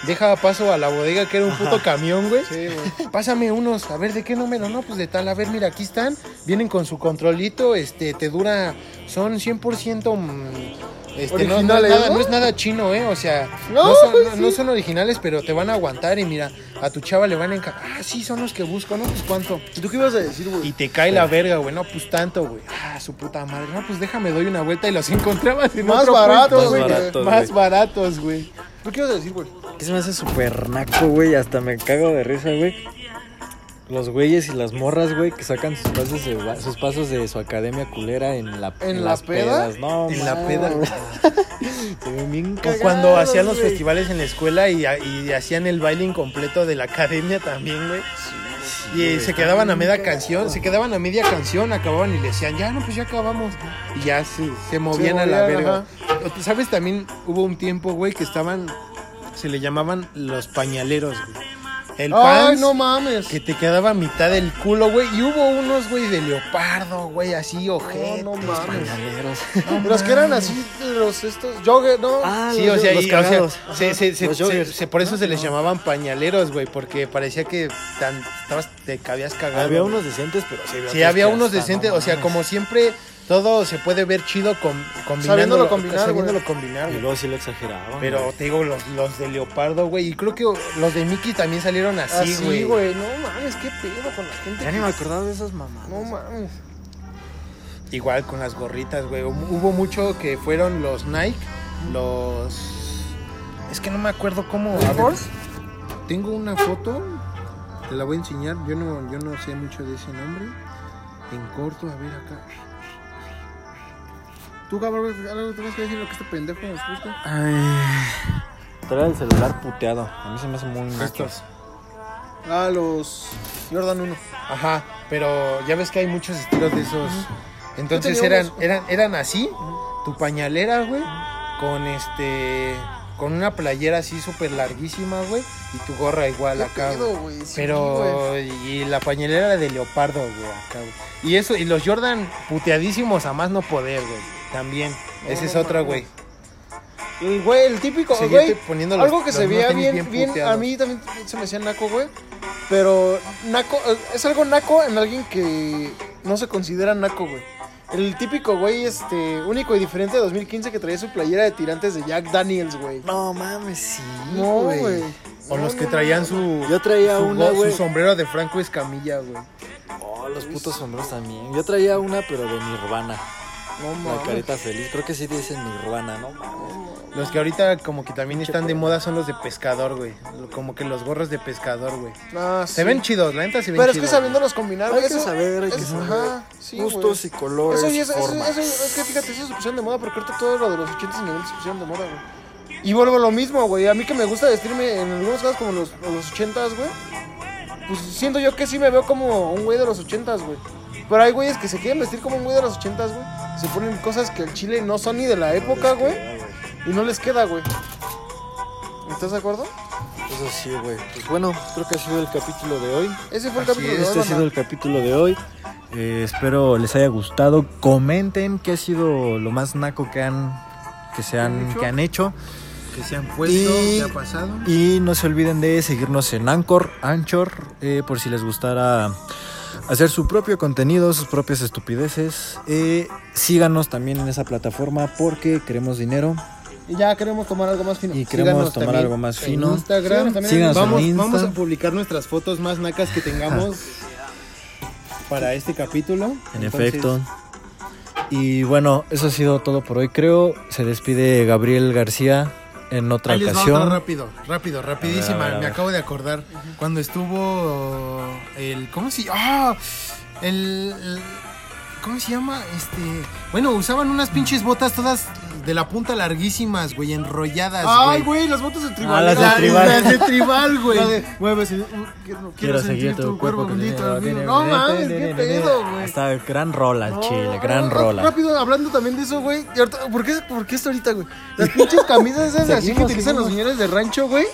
B: Deja paso a la bodega que era un puto camión, güey.
A: Sí, güey.
B: Pásame unos, a ver de qué número, no, pues de tal, a ver, mira, aquí están, vienen con su controlito, este, te dura, son 100% mm, este, no- no,
A: Originales,
B: es nada,
A: ¿no?
B: no es nada chino, eh, o sea, no,
A: No,
B: son,
A: pues
B: no-
A: sí.
B: no son originales, pero te van a aguantar y mira, a tu chava le van a encargar, ah, sí, son los que busco, no, pues cuánto,
A: ¿Y tú qué ibas a decir, güey?
B: y te cae la verga, güey, no, pues tanto, güey, ah, su puta madre, no, pues déjame, doy una vuelta y los encontrabas en
A: Más
B: otro
A: baratos,
B: punto,
A: güey.
B: güey,
D: baratos,
B: más baratos, güey,
A: ¿Tú qué ibas a decir, güey?
D: ¿Qué se me hace súper naco, güey? Hasta me cago de risa, güey. Los güeyes y las morras, güey, que sacan sus pasos de, ba- sus pasos de su academia culera en la
A: ¿En la peda?
D: pedas, no,
B: en la
D: mames.
B: peda, güey.
D: Se ven bien
B: O
D: cagados,
B: cuando hacían los
D: güey.
B: festivales en la escuela y, y hacían el baile incompleto de la academia también, güey. y eh, se quedaban a media canción, se quedaban a media canción, acababan y le decían, ya, no, pues ya acabamos. Y ya se, se movían a la
A: movían,
B: verga. O- ¿Sabes? También hubo un tiempo, güey, que estaban, se le llamaban los pañaleros, güey. El
A: Ay,
B: pan
A: no mames.
B: que te quedaba a mitad del culo, güey. Y hubo unos, güey, de leopardo, güey,
D: Oh,
B: así, ojetes.
A: no mames.
D: Pañaleros.
A: Los que eran así, los estos. Jogger, ¿no?
D: Ah,
B: Sí,
D: los-
B: o sea,
D: los
B: y- o sea,
D: cagados.
B: se- se- se-
D: Los
B: se-
D: joggers.
B: se- por eso se les llamaban pañaleros, güey, porque parecía que tan, estabas, te habías cagado.
D: Había
B: güey.
D: unos decentes, pero sí
B: Sí,
D: había otros
B: había
D: que
B: unos
D: hasta,
B: decentes,
D: no
B: o sea,
D: mames.
B: como siempre, todo se puede ver chido con, combinándolo,
A: Sabiéndolo combinar,
B: sabiéndolo
A: güey.
B: combinar,
D: Y
B: güey.
D: luego sí lo exageraban.
B: Pero
D: güey.
B: te digo, los, los de leopardo, güey, y creo que los de Mickey también salieron así,
A: así,
B: güey.
A: güey. No mames, qué pedo con la gente.
D: Ya ni
A: que-
D: me acordaba de esas mamadas.
A: No mames.
B: Igual con las gorritas, güey. Hum- Hubo mucho que fueron los Nike, los... Es que no me acuerdo cómo... a ver.
A: ¿Force?
C: Tengo una foto, te la voy a enseñar. Yo no, yo no sé mucho de ese nombre. En corto, a ver acá. Tú, cabrón, algo tenés que decir lo que este pendejo nos gusta.
D: Trae el celular puteado. A mí se me hace muy macho.
A: Ah, los Jordan 1.
B: Ajá, pero ya ves que hay muchos estilos de esos. Entonces
A: Yo tenía
B: eran,
A: unos.
B: eran, eran así, tu pañalera, güey, con este, con una playera así súper larguísima, güey, y tu gorra igual acá. güey. Pero,
A: pues.
B: y la pañalera era de leopardo, güey, acá, güey. Y eso, y los Jordan puteadísimos a más no poder, güey, también.
A: No,
B: Esa
A: no
B: es otra,
A: mames.
B: güey.
A: El güey, el típico,
B: Seguirte
A: güey.
B: poniendo los-
A: Algo que
B: los
A: se
B: no
A: veía
B: tenis
A: bien, bien, a
B: puteados.
A: mí también se me hacía naco, güey. Pero naco, eh, es algo naco en alguien que no se considera naco, güey. El típico güey, este, único y diferente de 2015 que traía su playera de tirantes de Jack Daniels, güey.
D: No mames, sí.
A: No, güey.
B: O los que traían su,
D: Yo traía
B: su
D: una,
B: go- su
D: güey.
B: sombrero de Franco Escamilla, güey.
D: Oh, los putos sombreros también. Yo traía una, pero de Nirvana.
A: No
D: La
A: mames.
D: careta feliz. Creo que sí dicen Nirvana, ¿no? mames.
B: Los que ahorita como que también están de moda son los de pescador, güey. Como que los gorros de pescador, güey.
A: Ah,
B: Se
A: sí.
B: ven chidos, la neta se ven
A: Pero es que
B: chidos,
A: sabiéndolos combinar,
D: Hay
A: güey.
D: que
A: eso-
D: saber, hay que
A: es-
D: saber.
A: Ajá, sí,
D: Gustos
A: güey.
D: y colores.
A: Eso, y eso, eso,
D: formas.
A: eso- es que fíjate, eso se pusieron de moda porque ahorita todo lo de los 80 y 90 se pusieron de moda, güey. Y vuelvo a lo mismo, güey. A mí que me gusta vestirme en algunos casos como los, o los 80s, güey. Pues siento yo que sí me veo como un güey de los 80s, güey. Pero hay güeyes que se quieren vestir como un güey de los 80s, güey. Se ponen cosas que al chile no son ni de la época, güey. Y no les queda, güey. ¿Estás de acuerdo?
D: Eso sí, güey. Pues bueno, creo que ha sido el capítulo de hoy.
A: Ese fue el
B: Así
A: capítulo de hoy,
D: Este ha
A: banda.
D: sido el capítulo de hoy. Eh, espero les haya gustado. Comenten qué ha sido lo más naco que han que se han que han hecho.
C: Que se han puesto,
D: Y-
C: que ha pasado.
D: Y no se olviden de seguirnos en Anchor, Anchor, eh, por si les gustara hacer su propio contenido, sus propias estupideces. Eh, síganos también en esa plataforma porque queremos dinero
A: Y ya queremos tomar algo más fino.
D: y queremos
B: Síganos
D: tomar
B: también
D: algo más
B: en
D: fino.
B: Instagram.
A: Síganos también
D: Síganos en
B: vamos,
D: Insta.
B: vamos a publicar nuestras fotos más nacas que tengamos para este capítulo.
D: En
B: Entonces,
D: efecto. Y bueno, eso ha sido todo por hoy, creo. Se despide Gabriel García en otra
B: Ahí les va otra
D: ocasión.
B: rápido, rápido,
D: A
B: rapidísima.
D: ver, a ver, a
B: Me
D: ver.
B: acabo de acordar. Cuando estuvo el. ¿Cómo se llama? el, el- ¿Cómo se llama? Este. Bueno, usaban unas
D: Mm.
B: pinches botas todas de la punta larguísimas, güey, enrolladas.
A: Ay, güey, las botas de tribal.
D: Ah, las de
A: Ay,
D: tribal.
A: las de
B: tribal, güey.
A: La de, mueve, si- quiero, quiero sentir tu cuerpo bendito al mío. No mames, qué pedo, güey.
D: Hasta gran rola al
A: No,
D: chile, gran
A: ah,
D: rola.
A: Rápido, hablando también de eso, güey. y ahorita- ¿Por qué, ¿Por qué esto ahorita, güey? Las pinches camisas esas así que
D: Seguimos,
A: utilizan los
D: seguimos.
A: señores de rancho, güey.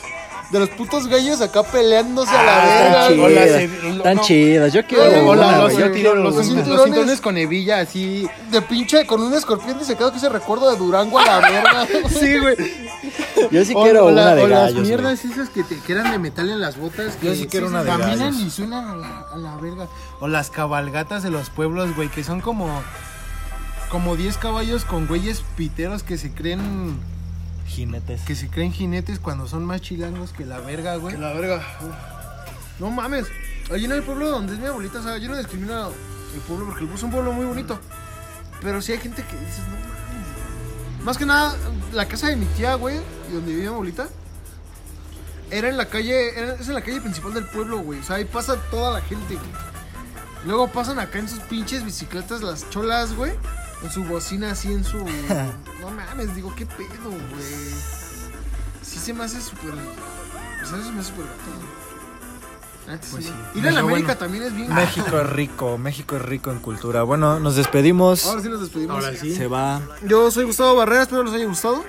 A: De los putos gallos acá peleándose a la verga.
D: Ah, Están
A: güey.
B: Hola,
D: chidas,
B: se-
D: están
B: no.
D: chidas. Yo quiero
A: Hola,
D: una,
A: hola,
D: güey.
A: los-
D: Yo quiero
A: los
D: una.
A: cinturones.
B: con hebilla así.
A: De pinche con un escorpión y se quedó que ese recuerdo de Durango a la verga.
B: Sí, güey.
D: Yo sí
B: O-
D: quiero
B: o la-
D: una de
B: o las
D: gallos. güey.
B: mierdas esas que, te, que eran de metal en las botas. Que
D: Yo sí quiero una de
B: Caminan
D: gallos.
B: y suenan a la, a la verga. O las cabalgatas de los pueblos, güey, que son como... Como 10 caballos con güeyes piteros que se creen...
D: Jinetes.
B: Que se creen jinetes cuando son más chilangos que la verga, güey.
A: Que la verga. No mames. Allí en el pueblo donde es mi abuelita, o sea, yo no discrimino el pueblo porque el pueblo es un pueblo muy bonito. Pero sí hay gente que dices, no mames. Más que nada, la casa de mi tía, güey, y donde vivía mi abuelita, era en la calle, era- es en la calle principal del pueblo, güey. O sea, ahí pasa toda la gente, güey. Luego pasan acá en sus pinches bicicletas las cholas, güey. Con su bocina así en su. No mames, digo, qué pedo, güey. Sí se me hace súper. O sea, eso se me hace súper gato, güey. La neta,
B: Pues
A: sí.
B: sí.
A: Ir a la
B: Pero
A: América
B: bueno.
A: también es bien.
D: México es rico, México es rico en cultura. Bueno, nos despedimos.
A: Ahora sí nos despedimos.
D: Se va
A: Yo soy Gustavo Barrera, espero les haya gustado.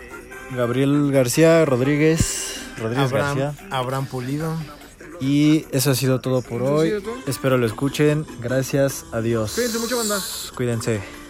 D: Gabriel García Rodríguez. Rodríguez
B: Abraham,
D: García.
B: Abraham Pulido.
D: Y eso ha sido todo por
A: Eso ha
D: hoy.
A: sido todo.
D: Espero lo escuchen. Gracias. Adiós.
A: Cuídense mucho, banda.
D: Cuídense.